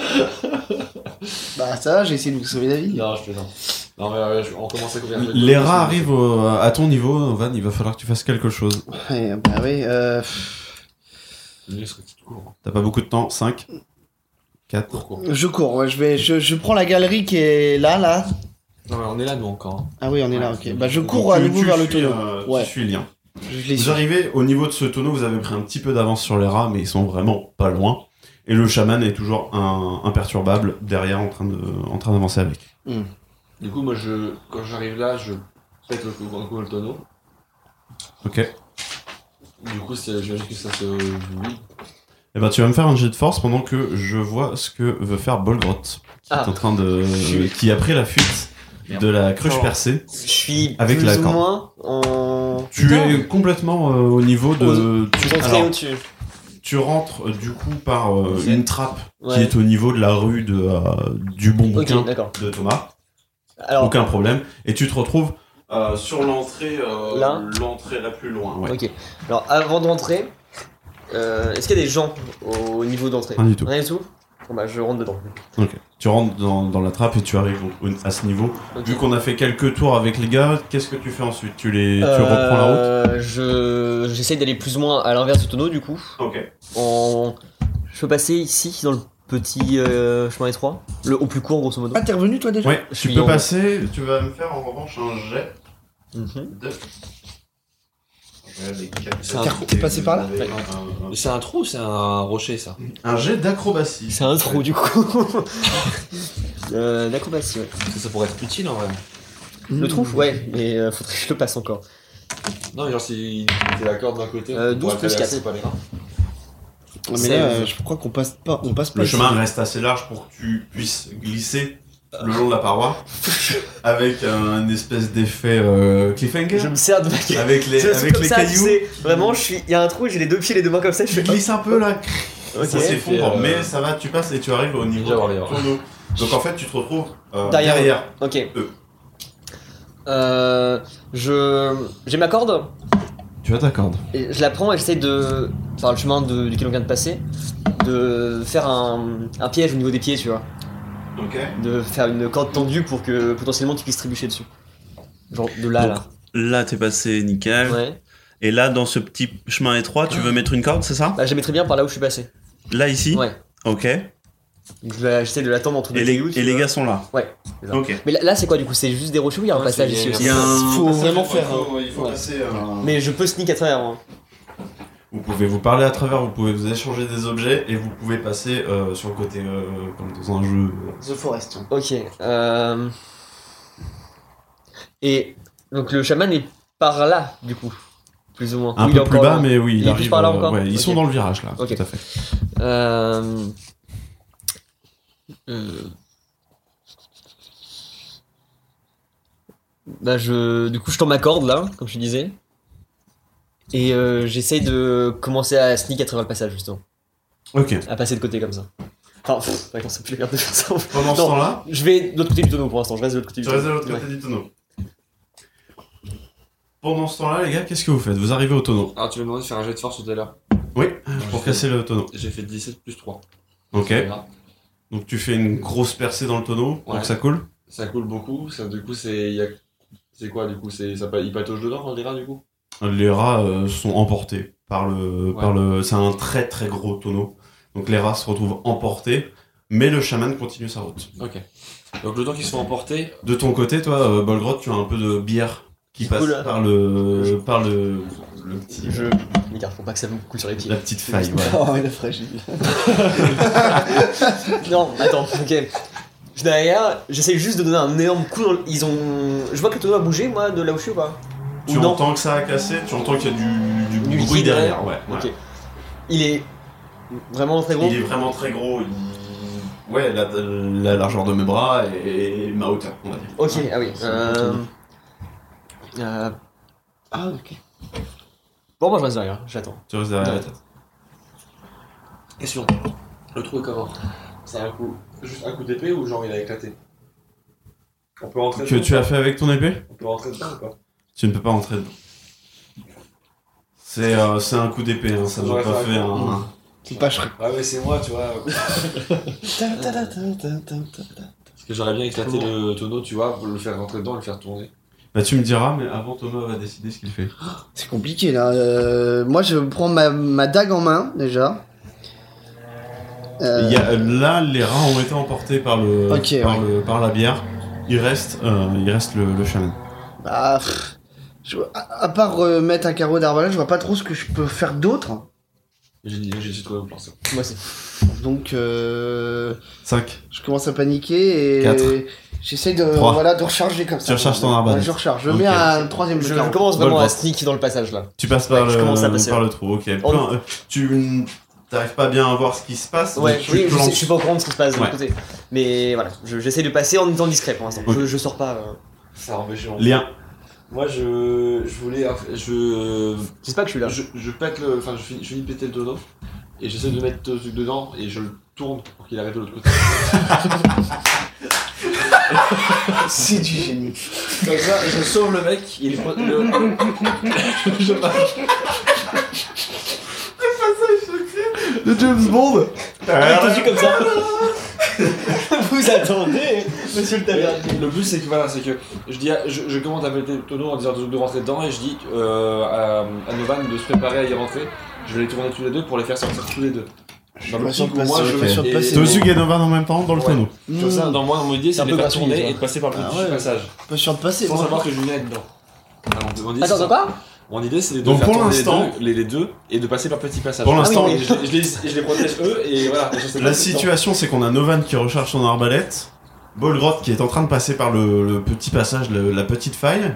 S4: Bah ça va, j'ai essayé de vous sauver la vie.
S2: Non, je plaisante. Non, mais euh, je- on commence à couvrir.
S1: Les rats arrivent au- à ton niveau, Van, il va falloir que tu fasses quelque chose.
S4: Ouais, bah oui, euh...
S2: Le mieux serait qu'il court.
S1: T'as pas beaucoup de temps, 5, 4.
S2: Cours, cours.
S4: Je cours, ouais, je vais, je, je prends la galerie qui est là, là.
S2: Non, mais on est là, nous, encore. hein.
S4: Ah oui, on est là, ok. Bah je cours à
S1: Tu-
S4: nouveau
S1: tu
S4: vers le
S1: suis,
S4: tonneau.
S1: euh,
S4: Ouais.
S1: Tu suis lien.
S4: Je les
S1: Vous
S4: suis.
S1: arrivez au niveau de ce tonneau, vous avez pris un petit peu d'avance sur les rats, mais ils sont vraiment pas loin. Et le chaman est toujours un- imperturbable derrière en train de- en train d'avancer avec.
S2: Du coup, moi, je, quand j'arrive là, je pète le, le, le, le tonneau.
S1: Ok.
S2: Du coup, c'est- j'imagine que ça se vide.
S1: Eh ben, tu vas me faire un jet de force pendant que je vois ce que veut faire Bolgrot, qui est
S3: Ah.
S1: en train de, qui a pris la fuite
S2: Merde.
S1: de la cruche
S3: Oh.
S1: percée.
S3: Je suis
S1: Avec
S3: plus
S1: la
S3: ou
S1: corde.
S3: moins en.
S1: Tu
S3: Putain,
S1: es complètement euh, au niveau de. Tu,
S3: J'en serais
S1: alors,
S3: au-dessus.
S1: tu rentres euh, du coup par euh,
S3: Vous
S1: une
S3: êtes-
S1: trappe qui
S3: Ouais.
S1: est au niveau de la rue de, euh, du bon
S3: Ok,
S1: bouquin
S3: d'accord.
S1: de Thomas.
S3: Alors,
S1: Aucun problème. Et tu te retrouves euh, sur l'entrée, euh,
S3: Là
S1: l'entrée la plus loin. ouais.
S3: ok. Alors, avant d'entrer, euh, est-ce qu'il y a des gens au niveau d'entrée
S1: Rien du tout.
S3: Rien du tout Bon, bah, je rentre dedans.
S1: Tu rentres dans, dans la trappe et tu arrives au- au- à ce niveau.
S3: Ok.
S1: Vu qu'on a fait quelques tours avec les gars, qu'est-ce que tu fais ensuite Tu les, tu reprends la route
S3: Euh, je j'essaye d'aller plus ou moins à l'inverse du tonneau du coup.
S1: Ok.
S3: En... Je peux passer ici dans le petit euh, chemin étroit, le au plus court grosso modo.
S4: Ah, t'es revenu toi déjà
S1: Ouais,
S3: Je
S1: tu
S3: suis
S1: peux
S3: en-
S1: passer, tu vas me faire en revanche un jet
S3: Mhm.
S1: de.
S2: un
S4: trou, t'es passé par là
S2: Mais C'est un trou ou c'est un rocher, ça
S1: Un jet d'acrobatie.
S3: C'est un trou du coup. [laughs] euh, D'acrobatie, ouais.
S2: Parce que ça pourrait être utile, en vrai.
S3: Le trou, ouais, mais euh, faudrait que je le passe encore.
S2: Non, mais genre, si t'es la corde d'un côté,
S3: Euh,
S2: on
S3: 12
S2: pourrait
S3: plus
S2: traverser par les reins.
S4: Ouais, Mais là, euh, je crois qu'on passe pas, on passe pas.
S1: Le
S4: ici.
S1: chemin reste assez large pour que tu puisses glisser le long de la
S3: [laughs]
S1: paroi avec un espèce d'effet euh, cliffhanger.
S3: Je me sers de ma gueule.
S1: Avec les,
S3: Je suis
S1: avec
S3: comme
S1: les
S3: ça, tu
S1: cailloux.
S3: sais, vraiment, je suis. Il y a un trou, j'ai les deux pieds, les deux mains comme ça, je
S1: Tu
S3: fais.
S1: glisses un peu là,
S3: Ok.
S1: ça s'effondre,
S2: Et, euh,
S1: mais ça va, tu passes et tu arrives au niveau
S2: Déjà, on va
S1: du
S2: voir.
S1: tonneau. Donc en fait, tu te retrouves euh,
S3: Derrière.
S1: derrière.
S3: Ok.
S1: Euh.
S3: Euh, je j'ai ma corde.
S1: Tu vas t'accorder.
S3: Et je la prends et j'essaie de, par le chemin de, duquel on vient de passer, de faire un, un piège au niveau des pieds, tu vois.
S1: Ok.
S3: De faire une corde tendue pour que potentiellement tu puisses trébucher dessus. Genre de là, là.
S5: Là, t'es passé nickel.
S3: Ouais.
S5: Et là, dans ce petit chemin étroit, tu veux mettre une corde, c'est ça
S3: Bah, j'aimais très bien par là où je suis passé.
S5: Là, ici
S3: Ouais.
S5: Ok. Et
S3: Donc, je la- j'essaie de l'attendre entre deux
S5: les,
S3: cailloux, tu
S5: et les
S3: vois.
S5: gars sont là
S3: Ouais, c'est ça.
S5: Ok.
S3: Mais là, là, c'est quoi du coup C'est juste des rochers ou il y a un
S2: Ouais,
S3: passage ici
S2: c'est- il
S3: aussi
S2: y a
S5: un-
S4: Faut vraiment
S1: Il
S4: faire.
S1: faut, il faut
S3: Ouais.
S1: passer. euh,
S4: hein.
S3: Mais je peux sneak à travers. hein.
S1: Vous pouvez vous parler à travers, vous pouvez vous échanger des objets et vous pouvez passer euh, sur le côté euh, comme dans un jeu.
S4: The Forest. hein.
S3: Ok. Euh... Et donc le chaman est par là, du coup. Plus ou moins.
S1: Un
S3: Ou il est
S1: peu plus
S3: encore
S1: bas,
S3: là.
S1: mais oui,
S3: Il
S1: il,
S3: est
S1: arrive.
S3: juste par là
S1: euh,
S3: encore
S1: ouais, ils
S3: Ok.
S1: sont dans le virage là.
S3: Ok.
S1: Tout à fait.
S3: Euh... euh, Bah je, du coup, je tends ma corde là, comme je disais, et euh, j'essaye de commencer à sneak à travers le passage justement,
S1: Ok.
S3: à passer de côté comme ça. Enfin, pff, ouais, quand ça pue la merde de faire ça.
S1: Pendant ce
S3: Non.
S1: temps-là,
S3: Je vais de l'autre côté du tonneau pour l'instant. Je reste de l'autre côté du
S1: tu
S3: tonneau.
S1: restes de l'autre côté du tonneau. Pendant ce temps-là, les gars, qu'est-ce que vous faites Vous arrivez au tonneau
S2: Ah, tu m'as demandé de faire un jet de force tout à l'heure.
S1: Oui,
S2: Non,
S1: pour
S2: j'ai fait-
S1: casser le tonneau.
S2: J'ai fait 17 plus 3.
S1: Ok.
S2: C'est pas grave.
S1: Donc tu fais une grosse percée dans le tonneau pour
S2: Ouais.
S1: que ça coule.
S2: Ça coule beaucoup. Ça, du coup, c'est. il y a- C'est quoi, du coup c'est, ça, pa- Il patauge dedans quand on dira, du coup
S1: Les rats euh, sont emportés par le,
S2: Ouais.
S1: par le. C'est un très très gros tonneau. Donc les rats se retrouvent emportés, mais le chaman continue sa route.
S2: Ok. Donc, le temps qu'ils se font emporter,
S1: De ton côté, toi, euh, Bolgrot, tu as un peu de bière qui passe
S3: Cool.
S1: par le par le, le petit-
S3: Je m'écarte pour pas que ça me coule sur les pieds. [laughs]
S1: la petite faille. Voilà.
S4: Oh, il est fragile.
S3: Non, attends, ok. Je derrière, j'essaie juste de donner un énorme coup dans le... Ils ont... Je vois que le tonneau a bougé, moi, de là où je suis ou pas
S1: Tu
S3: Ou non
S1: entends que ça a cassé, tu entends qu'il y a du, du
S3: Du
S1: bruit
S3: liquide
S1: derrière. Ouais, ouais.
S3: Ok. Il est vraiment très gros.
S1: Il est vraiment très gros. il- Ouais, la, la largeur de mes bras et, et ma hauteur, on va dire.
S3: Ok, ah oui. Euh... euh,
S4: Ah, ok.
S3: Bon, moi, je reste derrière, j'attends.
S1: Tu restes derrière
S3: Ouais.
S1: la tête.
S2: question. Le trou est comment C'est un coup, juste un coup d'épée ou genre il a éclaté On peut rentrer
S1: Que
S2: dedans
S1: tu as fait avec ton épée
S2: On peut rentrer dedans ou pas
S1: Tu ne peux pas entrer dedans. C'est euh, c'est un coup d'épée, hein, ça ne doit
S2: Ouais,
S1: pas
S2: ça va.
S1: faire un.
S4: Qui pâcherait.
S2: Ah Ouais, mais c'est moi, tu vois. Parce que j'aurais bien éclaté le tonneau, tu vois, pour le faire rentrer dedans et le faire tourner.
S1: Bah, tu me diras, mais avant Thomas va décider ce qu'il fait.
S4: C'est compliqué là. Euh, moi je prends ma, ma dague en main déjà. Euh,
S1: Il y a- là, les rats ont été emportés par, le,
S4: Ok,
S1: par, le- par la bière. Il reste, euh, il reste le, le chaman.
S4: bah, pff, je- à, à part euh, mettre un carreau d'arbalète, je vois pas trop ce que je peux faire d'autre.
S2: J'ai dit, j'ai trouvé mon pinceau.
S3: Moi, c'est.
S4: Donc euh,
S1: 5.
S4: je commence à paniquer et
S1: Quatre.
S4: j'essaye de
S1: Trois.
S4: voilà de recharger comme ça.
S1: Tu recharges ton arbalète.
S4: Ouais, je recharge. Je
S1: Ok.
S4: mets un troisième
S3: Je,
S4: carreau.
S3: commence vraiment
S1: Bonne
S3: à
S1: chance.
S3: sneak dans le passage là.
S1: Tu passes par,
S3: Ouais, je commence à
S1: le,
S3: passer.
S1: par le trou, ok. Plein- euh, tu n'arrives pas bien à voir ce qui se passe.
S3: Ouais,
S1: donc tu
S3: oui, je,
S1: plantes.
S3: sais- je suis pas au courant de ce qui se passe de
S1: Ouais.
S3: l'autre côté. Mais voilà, je- j'essaie de passer en étant discret pour l'instant.
S1: Ok.
S3: Je, je sors pas. euh.
S2: Ça a empêché mon-
S1: Lien.
S2: Moi, je, je voulais.
S3: Je
S2: Je,
S3: sais pas que je suis là.
S2: je, je pète le. Enfin, je finis, je finis de péter le tonneau et j'essaie de mettre le truc dedans et je le tourne pour qu'il arrive de l'autre côté.
S4: C'est du génie. [laughs]
S2: Comme ça, je sauve le mec, il est. pro- le-
S4: Oh, De James
S1: Euh,
S4: Bond.
S3: Attendu comme ça. Vous attendez, monsieur le tavernier.
S2: Le but c'est que voilà, c'est que je dis, à- je, je commande à péter le tonneau en disant de, de rentrer dedans et je dis euh, à, à Novan de se préparer à y rentrer. Je vais les tourner tous les deux pour les faire sortir tous les deux.
S4: Je
S2: Dans
S4: suis
S2: le
S4: pas sûr
S2: petit coup,
S4: de passer,
S2: moi, je
S4: je suis pas sûr de
S2: et-
S4: passer.
S2: Deux
S1: Tozu et Novan en même temps dans le
S2: Ouais.
S1: tonneau.
S4: Hmm,
S2: Comme ça, dans moi, mon idée
S3: C'est un
S2: c'est de
S3: peu
S2: les
S3: gratuit, tu
S2: faire tourner
S3: vois.
S2: et de passer par le
S4: Ah
S2: petit
S4: ouais.
S2: passage.
S4: Pas sûr de passer.
S2: Sans
S4: moi.
S2: savoir que je viens dedans. Ah, mon- mon idée,
S3: Attends,
S2: c'est
S3: attends, pas
S2: Mon idée, c'est de
S1: Donc,
S2: faire
S1: pour
S2: tourner les
S1: l'instant-
S2: deux, les, les deux et de passer par petit passage.
S1: Pour l'instant,
S2: Et Ah, je, les- je les, et je les protège eux et voilà. je sais pas
S1: la
S2: si-
S1: situation, c'est qu'on a Novan qui recharge son arbalète, Bolgrot qui est en train de passer par le, le petit passage, le- la petite faille,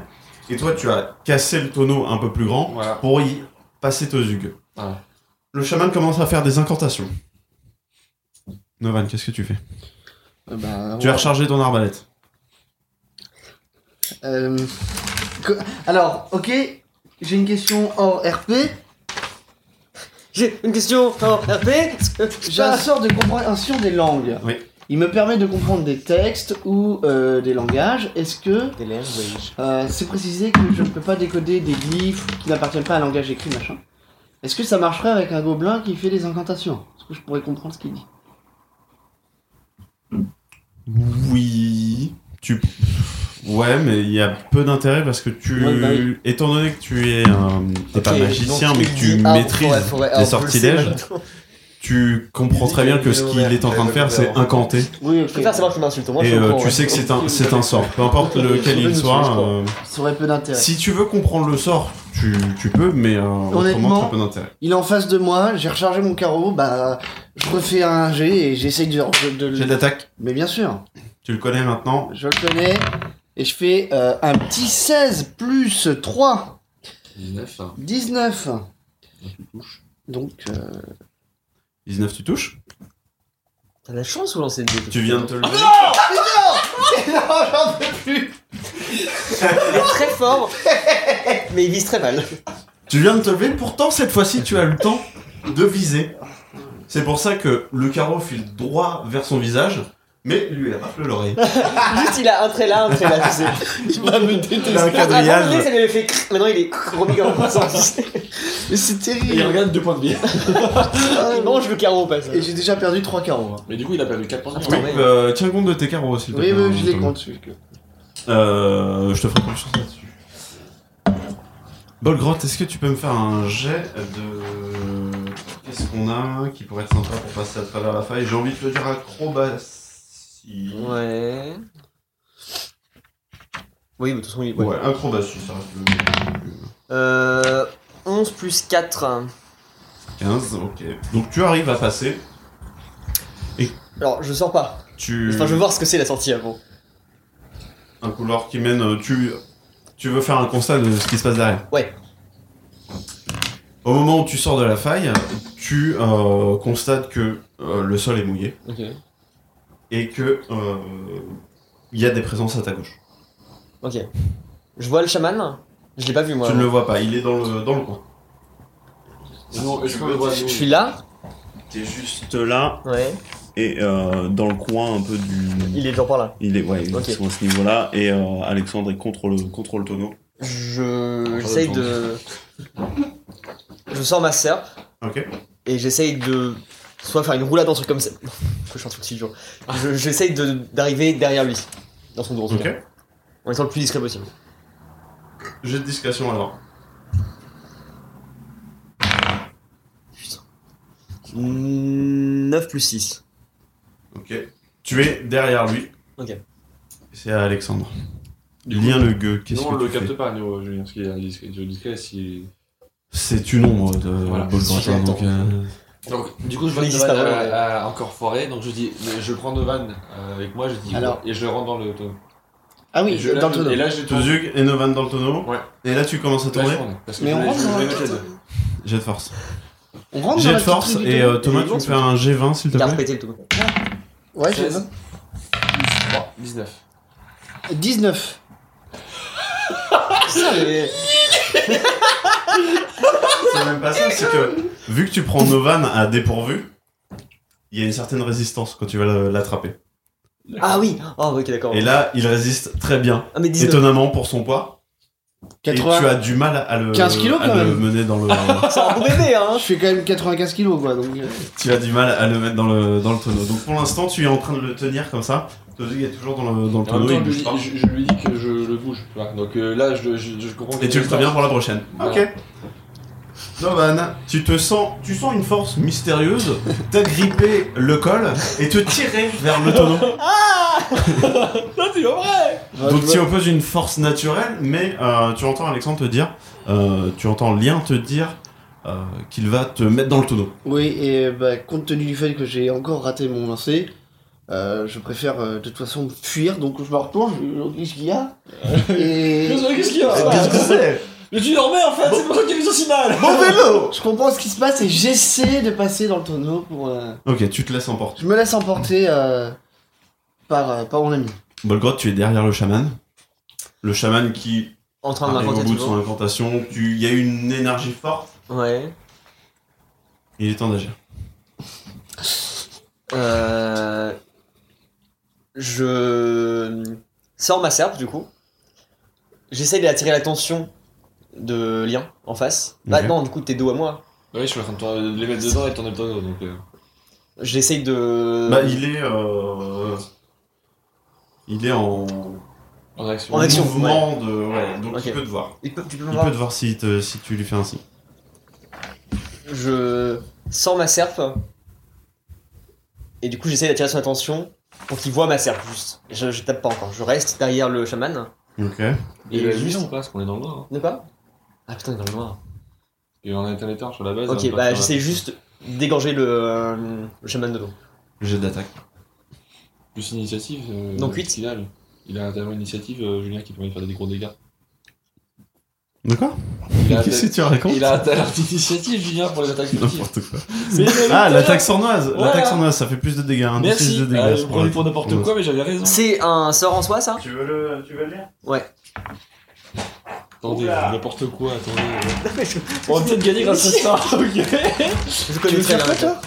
S1: et toi, tu as cassé le tonneau un peu plus grand
S2: Voilà.
S1: pour y passer Tozug.
S2: Voilà.
S1: Le chaman commence à faire des incantations. Novan, qu'est-ce que tu fais
S4: Euh, bah,
S1: Tu as rechargé ton arbalète.
S4: Euh, que- Alors, ok, j'ai une question hors RP.
S3: J'ai une question en RP. [laughs]
S4: J'ai un sort de compréhension des langues.
S1: Oui.
S4: Il me permet de comprendre des textes ou euh, des langages. Est-ce que euh, c'est précisé que je ne peux pas décoder des glyphes qui n'appartiennent pas à un langage écrit, machin Est-ce que ça marcherait avec un gobelin qui fait des incantations Est-ce que je pourrais comprendre ce qu'il dit
S1: Oui. Tu. Ouais, mais il y a peu d'intérêt parce que tu.
S3: Ouais, bah oui.
S1: Étant donné que tu es. un- T'es pas magicien, mais que tu
S3: ah,
S1: maîtrises les sortilèges, tu comprends très bien que ce qu'il est en train de faire, c'est incanter.
S4: Oui,
S3: Je
S4: ok.
S3: préfère savoir que tu m'insultes. au moins, je
S1: Et
S3: suis au
S1: euh,
S3: courant,
S1: tu
S3: ouais.
S1: sais que c'est un, c'est un sort, peu importe lequel il soit. euh,
S4: Ça aurait peu d'intérêt.
S1: si tu veux comprendre le sort, tu, tu peux, mais euh, autrement,
S4: Honnêtement,
S1: t'as peu d'intérêt.
S4: Il est en face de moi, j'ai rechargé mon carreau, bah je refais un G et j'essaye de, de
S1: J'ai de
S4: le...
S1: l'attaque,
S4: Mais bien sûr
S1: tu le connais maintenant.
S4: Je le connais. Et je fais euh, un petit 16 plus 3,
S2: 19, hein.
S4: 19. Donc, euh,
S1: 19, tu touches.
S3: T'as de la chance ou lancer des dés
S1: Tu viens de te le dire.
S3: Il est
S1: [laughs]
S3: très fort, mais il vise très mal.
S1: Tu viens de te lever, pourtant cette fois-ci tu as le temps de viser. C'est pour ça que le carreau file droit vers son visage, mais lui il rafle l'oreille.
S4: Ah,
S3: Juste, il a un trait là, un trait là, [laughs] tu sais.
S4: il va me détester.
S1: Il a un
S3: Avant, le dé,
S1: quadrillage.
S3: ça lui avait fait crrr, maintenant il est crrr, remis comme [laughs] un sens.
S4: Mais c'est
S2: Et il
S4: terrible.
S2: regarde deux points de vie.
S3: Il mange le carreau au
S4: Et
S3: passage.
S4: j'ai déjà perdu 3 carreaux. hein.
S2: [laughs] Mais du coup, il a perdu 4 points de vie. hein.
S1: Oui, euh, tiens compte de tes carreaux aussi.
S4: Oui, oui, je les compte. je-
S1: Euh, je te ferai confiance là-dessus. Bolgrot, est-ce que tu peux me faire un jet de. Qu'est-ce qu'on a qui pourrait être sympa pour passer à travers la faille J'ai envie de te dire acrobatie.
S3: Ouais. Oui, mais de toute façon, il.
S1: Ouais,
S3: ouais.
S1: acrobatie, ça reste le-
S3: Euh. 11 plus 4.
S1: 15, ok. Donc tu arrives à passer.
S3: Alors, je sors pas.
S1: Tu.
S3: Enfin, je veux voir ce que c'est la sortie avant.
S1: Un couloir qui mène. euh, Tu. Tu veux faire un constat de ce qui se passe derrière
S3: Ouais.
S1: Au moment où tu sors de la faille, tu euh, constates que euh, le sol est mouillé.
S3: Ok.
S1: et que il y a des présences à ta gauche.
S3: Ok. Je vois le chaman Je l'ai pas vu moi.
S1: Tu ne le vois pas, il est dans le, dans le coin.
S2: Sinon, est-ce qu'on le voit nous
S3: Je suis là
S5: T'es juste là
S3: Ouais.
S5: et euh, dans le coin un peu du.
S3: Il est toujours par là.
S5: Il est, ouais, ils
S3: Ok.
S5: sont à ce niveau-là et euh, Alexandre est contre le, contre le tonneau.
S3: Je. J'essaye de. Je sors ma serpe.
S1: Ok.
S3: et j'essaye de soit faire une roulade dans un truc comme ça. Pourquoi je suis un truc si dur Je- J'essaye de- d'arriver derrière lui, dans son dos, en tout
S1: Ok.
S3: cas, en étant le plus discret possible.
S1: J'ai de discrétion alors.
S3: Mm, 9 Mmh, plus 6.
S1: Ok. Tu es derrière lui.
S3: Ok.
S1: C'est à Alexandre.
S2: Du coup,
S1: Lien le gueux. Qu'est-ce
S2: Non, on
S1: que
S2: le
S1: tu
S2: capte
S1: fais
S2: pas, Niro, Julien, parce qu'il est indiscret. Il est discret si.
S1: C'est une ombre de
S2: Voilà.
S1: Bolgratin,
S3: Si,
S1: donc, euh,
S2: Donc, du coup, je
S3: Il
S2: vois
S3: existe
S2: Donovan
S3: pas,
S2: euh,
S3: ouais.
S2: euh, encore foiré, donc je dis, mais je prends Donovan euh, avec moi, je dis,
S4: Alors.
S2: et je rentre dans le tonneau.
S4: Ah
S2: Et
S4: oui,
S2: je- là,
S4: dans le
S2: je-
S4: tonneau.
S2: Et là, je tourne.
S1: Tozug et Novan dans le tonneau.
S2: Ouais.
S1: Et là, tu commences à
S2: Là, je
S1: tourner.
S2: tourne, parce que
S4: Mais
S2: je
S4: on
S2: voulais-
S4: rentre
S2: je
S4: dans
S2: voulais
S4: le
S2: mettre les deux.
S4: tonneau.
S1: Jet de force.
S4: On rentre dans
S1: Jet
S4: la
S1: de
S4: petite
S1: force.
S4: rue du
S1: Et
S4: tonneau.
S1: euh, Thomas, tu me fais un G20 s'il te
S3: Il a
S1: plaît.
S3: repété le tout.
S4: Ouais, j'ai
S2: 16. 3, 19.
S4: 19.
S3: Putain, Ah, mais-
S1: C'est même pas ça, c'est que vu que tu prends Novan à dépourvu, il y a une certaine résistance quand tu vas le- l'attraper.
S3: Ah oui Oh, ok, d'accord.
S1: Et là, il résiste très bien,
S3: Ah, mais 19.
S1: étonnamment pour son poids. Et
S4: 80.
S1: tu as du mal à le,
S4: 15 kilos,
S1: à
S4: quand
S1: le
S4: même.
S1: mener dans le.
S3: C'est un bon bébé, hein
S4: Je fais quand même 95 kilos, quoi. Donc, euh,
S1: tu as du mal à le mettre dans le, dans le tonneau. Donc pour l'instant, tu es en train de le tenir comme ça. Tozug est toujours dans le, dans le
S2: Et en même
S1: tonneau,
S2: temps,
S1: il
S2: je, lui
S1: bouge
S2: dis-
S1: pas.
S2: je- je lui dis que je le bouge. tu vois. Donc euh, là, je, je, je comprends que
S1: Et tu le préviens pour la prochaine.
S2: Voilà.
S1: Ok. Novan, tu te sens, tu sens une force mystérieuse [laughs] t'agripper le col et te tirer vers le tonneau.
S2: Ah, c'est vrai
S1: Donc tu opposes une force naturelle, mais euh, tu entends Alexandre te dire, euh, tu entends Lien te dire euh, qu'il va te mettre dans le tonneau.
S4: Oui, et bah, compte tenu du fait que j'ai encore raté mon lancer, euh, je préfère euh, de toute façon fuir, donc je me retourne, je dis ce qu'il
S2: [laughs]
S4: y a. Et
S2: Qu'est-ce qu'il y a
S1: Qu'est-ce
S2: ça
S1: que Eh c'est
S2: Ah, Mais tu dormais en fait, c'est pour ça qu'il est aussi mal
S1: Mon
S2: Ah.
S1: vélo
S4: je comprends ce qui se passe et j'essaie de passer dans le tonneau pour. euh,
S1: Ok, tu te laisses emporter.
S4: Je me laisse emporter euh, par, euh, par mon ami.
S1: Bolgrot, tu es derrière le chaman. Le chaman qui
S3: En train de
S1: Arrive
S3: m'inventer
S1: au bout de son
S3: tout.
S1: incantation, tu- il y a une énergie forte.
S3: Ouais.
S1: Il est temps d'agir.
S3: Euh... Je sors ma serpe du coup. J'essaie d'attirer l'attention de Lien en face. Bah
S1: Ok.
S3: non, du coup t'es dos à moi.
S2: Bah oui, je suis en train de tourner- de les mettre dedans et tourner le tonneau, donc... euh,
S3: J'essaie de.
S1: Bah, il est. euh, il est en,
S2: En action.
S3: En action.
S1: mouvement de. ouais, donc
S3: Ok.
S1: il peut te voir.
S3: Il peut- tu peux me
S1: Il
S3: voir.
S1: peut te voir si, te- si tu lui fais ainsi.
S3: Je sors ma serpe. Et du coup j'essaie d'attirer son attention pour qu'il voit ma serpe juste. Je, je tape pas encore. Je reste derrière le chaman.
S1: Ok.
S2: Et il a
S3: juste-
S2: juste ou pas Parce qu'on est dans le noir. hein.
S3: De quoi Ah putain il est dans le noir.
S2: Il en est un étage sur la base.
S3: Ok
S2: hein,
S3: bah
S2: parce que-
S3: j'essaie juste d'égorger le, euh, le chaman de dos.
S1: Jet d'attaque.
S2: Plus initiative. euh,
S3: Donc huit.
S2: Final. Il a tellement d'initiative, euh, Julien, qui permet de faire des
S1: [laughs]
S2: gros dégâts.
S1: De quoi
S2: Il a,
S1: [laughs] Qu'est-ce que tu racontes
S2: il a talent d'initiative, Julien, pour les attaques
S1: [laughs]
S2: furtives.
S1: N'importe quoi.
S2: Mais il a le
S1: Ah,
S2: talent.
S1: l'attaque sournoise
S2: Voilà.
S1: L'attaque sournoise, ça fait plus de dégâts. Un D6
S2: Merci.
S1: de dégâts.
S2: Ah, je
S1: c'est
S2: me
S1: pour
S2: prenais
S1: la-
S2: pour n'importe quoi, mais j'avais raison.
S3: C'est un sort en soi ça
S1: Tu veux le, tu veux le lire
S2: Attendez,
S1: Oula.
S2: n'importe quoi,
S3: [laughs]
S2: attendez.
S3: je,
S2: On va peut-être gagner grâce à ça, [laughs] ok
S3: je
S4: Tu
S3: connais
S4: veux
S3: très
S4: faire
S3: bien.
S4: quoi, toi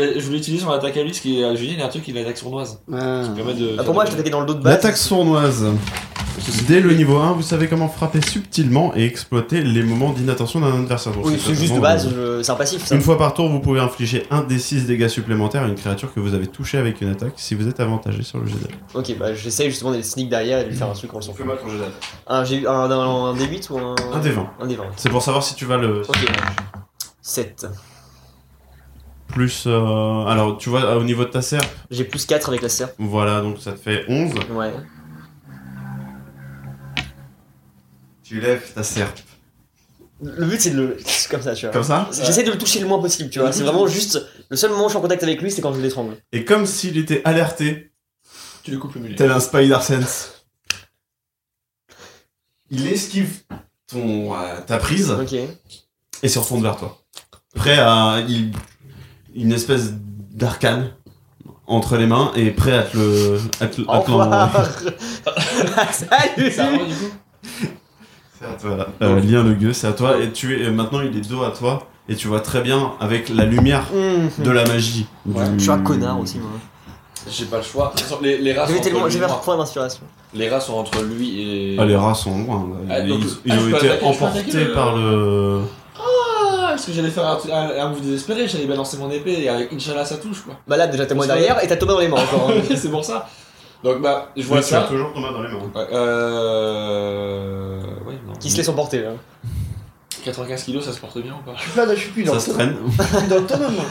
S2: Euh, Je voulais utiliser son attaque à lui, parce qu'il a Julien, il a un truc, il a l'attaque sournoise.
S4: Ah.
S2: Ça permet de-
S3: Ah, pour moi, je t'attaquais dans le dos de base.
S1: L'attaque sournoise. Dès le niveau 1, vous savez comment frapper subtilement et exploiter les moments d'inattention d'un adversaire. Donc
S3: Oui,
S1: c'est
S3: c'est juste
S1: vraiment,
S3: de base,
S1: euh,
S3: je- c'est un passif ça.
S1: Une fois par tour, vous pouvez infliger un des 6 dégâts supplémentaires à une créature que vous avez touchée avec une attaque si vous êtes avantagé sur le jet d'attaque.
S3: Ok, bah j'essaye justement d'être sneak derrière et de lui faire un truc quand on s'en fout.
S1: ton jet d'attaque.
S3: Un, G- un, un, un D8 ou un.
S1: Un des 20.
S3: Un D20.
S1: C'est pour savoir si tu vas le.
S3: Ok. 7.
S1: Plus. euh, Alors, tu vois, au niveau de ta serre,
S3: J'ai plus 4 avec la serpe.
S1: voilà, donc ça te fait 11.
S3: Ouais.
S1: Tu lèves ta serre.
S3: Le but c'est de le. c'est comme ça, tu vois.
S1: Comme ça
S3: J'essaie de le toucher le moins possible, tu vois. C'est vraiment juste. Le seul moment où je suis en contact avec lui, c'est quand je l'étrangle.
S1: Et comme s'il était alerté,
S2: Tu lui coupes le mulet.
S1: tel un Spider Sense, il esquive ton, euh, ta prise.
S3: Ok.
S1: et se retourne vers toi. Prêt à. Il, une espèce d'arcane entre les mains et prêt à te le. à te,
S3: Au
S1: à te l'en- [laughs]
S3: revoir [laughs] Salut
S2: Ça va, du coup
S1: C'est à toi, là. Euh, lien le gueux, c'est à toi. Et tu es. euh, Maintenant, il est dos à toi. et tu vois très bien avec la lumière
S3: Mhm.
S1: de la magie.
S3: Ouais.
S1: du-
S3: Je suis un connard aussi, moi.
S2: J'ai pas le choix. De toute façon, Les, les rats sont
S3: J'avais tellement,
S2: entre lui et
S3: j'avais un
S2: moi.
S3: point d'inspiration.
S2: Les rats sont entre lui et.
S1: Ah, les rats sont loin. là.
S2: Ah, donc,
S1: ils ils
S2: ah, je
S1: ont
S2: peux
S1: été
S2: attaquer, je peux attaquer
S1: emportés
S2: le-
S1: par le.
S2: Ah, est-ce que j'allais faire un, un, un move désespéré J'allais balancer mon épée et avec Inch'Allah ça touche quoi.
S3: Bah là, déjà, t'es moi derrière et t'as Thomas dans les mains encore. [laughs] hein.
S2: [laughs] c'est pour ça. Donc bah, je vois
S1: Oui, tu as
S2: ça.
S1: toujours Thomas dans les mains.
S2: Ouais, Euh. Ouais, non.
S3: Qui se laisse emporter. là.
S2: 95 kilos, ça se porte bien ou pas
S4: Je suis pas, je suis plus
S1: Ça
S4: dans le
S1: se
S4: tonneau.
S1: traîne.
S4: Je suis dans le tonneau, moi.
S2: Ouais,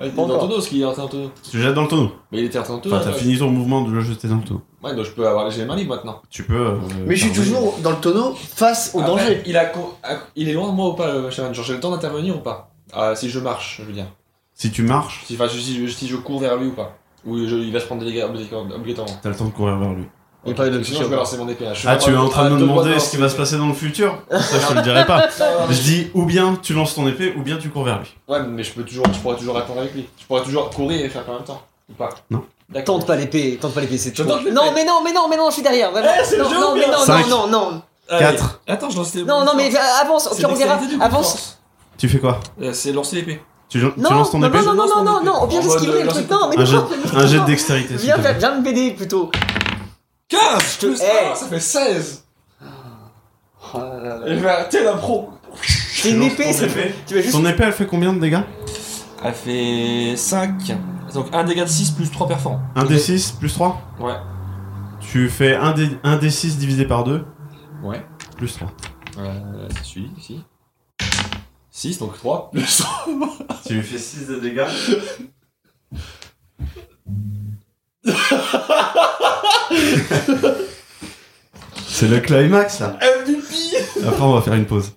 S2: il est
S3: Pas
S2: dans le
S3: encore.
S2: tonneau, ce qu'il est en tonneau.
S1: Tu le jettes dans le tonneau.
S2: Mais il était en tonneau.
S1: Enfin,
S2: là,
S1: t'as
S2: ouais.
S1: fini ton mouvement de le jeter dans le tonneau.
S2: Ouais, donc je peux avoir. J'ai les mains libres maintenant.
S1: Tu peux. euh,
S4: Mais je suis
S1: faire voler.
S4: toujours dans le tonneau face au
S2: Après,
S4: danger.
S2: il, a con- a- il est loin de moi ou pas, le chaman Genre, j'ai le temps d'intervenir ou pas Ah, Si je marche, je veux dire.
S1: Si tu marches,
S2: Si, enfin, si, si- si je cours vers lui ou pas. Ou je- il va se prendre des dégâts obligatoirement. obligatoirement.
S1: t'as le temps de courir vers lui.
S3: Il est pas
S2: Ok,
S3: de-
S2: Sinon, je vais lancer mon épée. là. Je suis
S1: Ah,
S2: vraiment
S1: tu es en train de
S2: à
S1: me
S2: deux doigts
S1: demander
S2: lancer
S1: ce qui va se
S2: mon épée.
S1: passer dans le futur Ça, je te le dirai
S2: [laughs]
S1: pas. Je dis ou bien tu lances ton épée, ou bien tu cours vers lui.
S2: Ouais, mais je peux toujours, je pourrais toujours attendre avec lui. Je pourrais toujours courir et faire en même temps. Ou pas
S1: Non.
S2: D'accord.
S3: Tente pas l'épée, tente pas l'épée, c'est
S2: Je
S3: trop.
S2: tente l'épée.
S3: Non, mais non, mais non, mais non, je suis derrière, vraiment.
S2: Eh, c'est le
S3: non,
S2: jeu
S3: non,
S2: ou
S3: mais
S2: bien
S3: non,
S1: Cinq.
S3: non, non, non.
S2: Allez.
S1: 4.
S2: Attends, je lance l'épée.
S3: Non, non, mais va- avance, Ah, au pire on verra. Avance.
S1: Tu fais quoi
S2: Euh, C'est lancer l'épée.
S1: tu, tu
S3: Non,
S1: lances ton
S3: non,
S1: épée
S3: non, non, non,
S2: Je
S3: non,
S2: lance
S3: non,
S2: mon
S3: non, au pire
S2: épée. En
S3: j'esquiverai
S2: mode,
S3: le
S2: euh,
S3: truc. Non, mais
S1: un jet,
S3: non,
S1: un jet de dextérité. s'il
S3: Viens,
S1: te plaît.
S3: faire- viens me BD plutôt.
S2: 15 plus
S3: Eh.
S2: un, ça fait 16
S4: Oh là là là.
S2: Et bah, t'es la pro
S3: C'est une
S1: lances ton
S3: épée, ça
S1: épée.
S3: fait- Tu vas juste.
S1: Ton épée, elle fait combien de dégâts
S2: Elle fait 5. Donc un dégât de 6 plus 3 performants.
S1: 1 d 6 plus 3
S2: Ouais.
S1: Tu fais 1 d, 1 d 6 divisé par 2
S2: Ouais.
S1: Plus 3.
S2: Euh, c'est celui ici. 6, donc 3. Plus
S1: Tu lui fais 6 de dégâts. C'est le climax là.
S2: MVP
S1: Après on va faire une pause.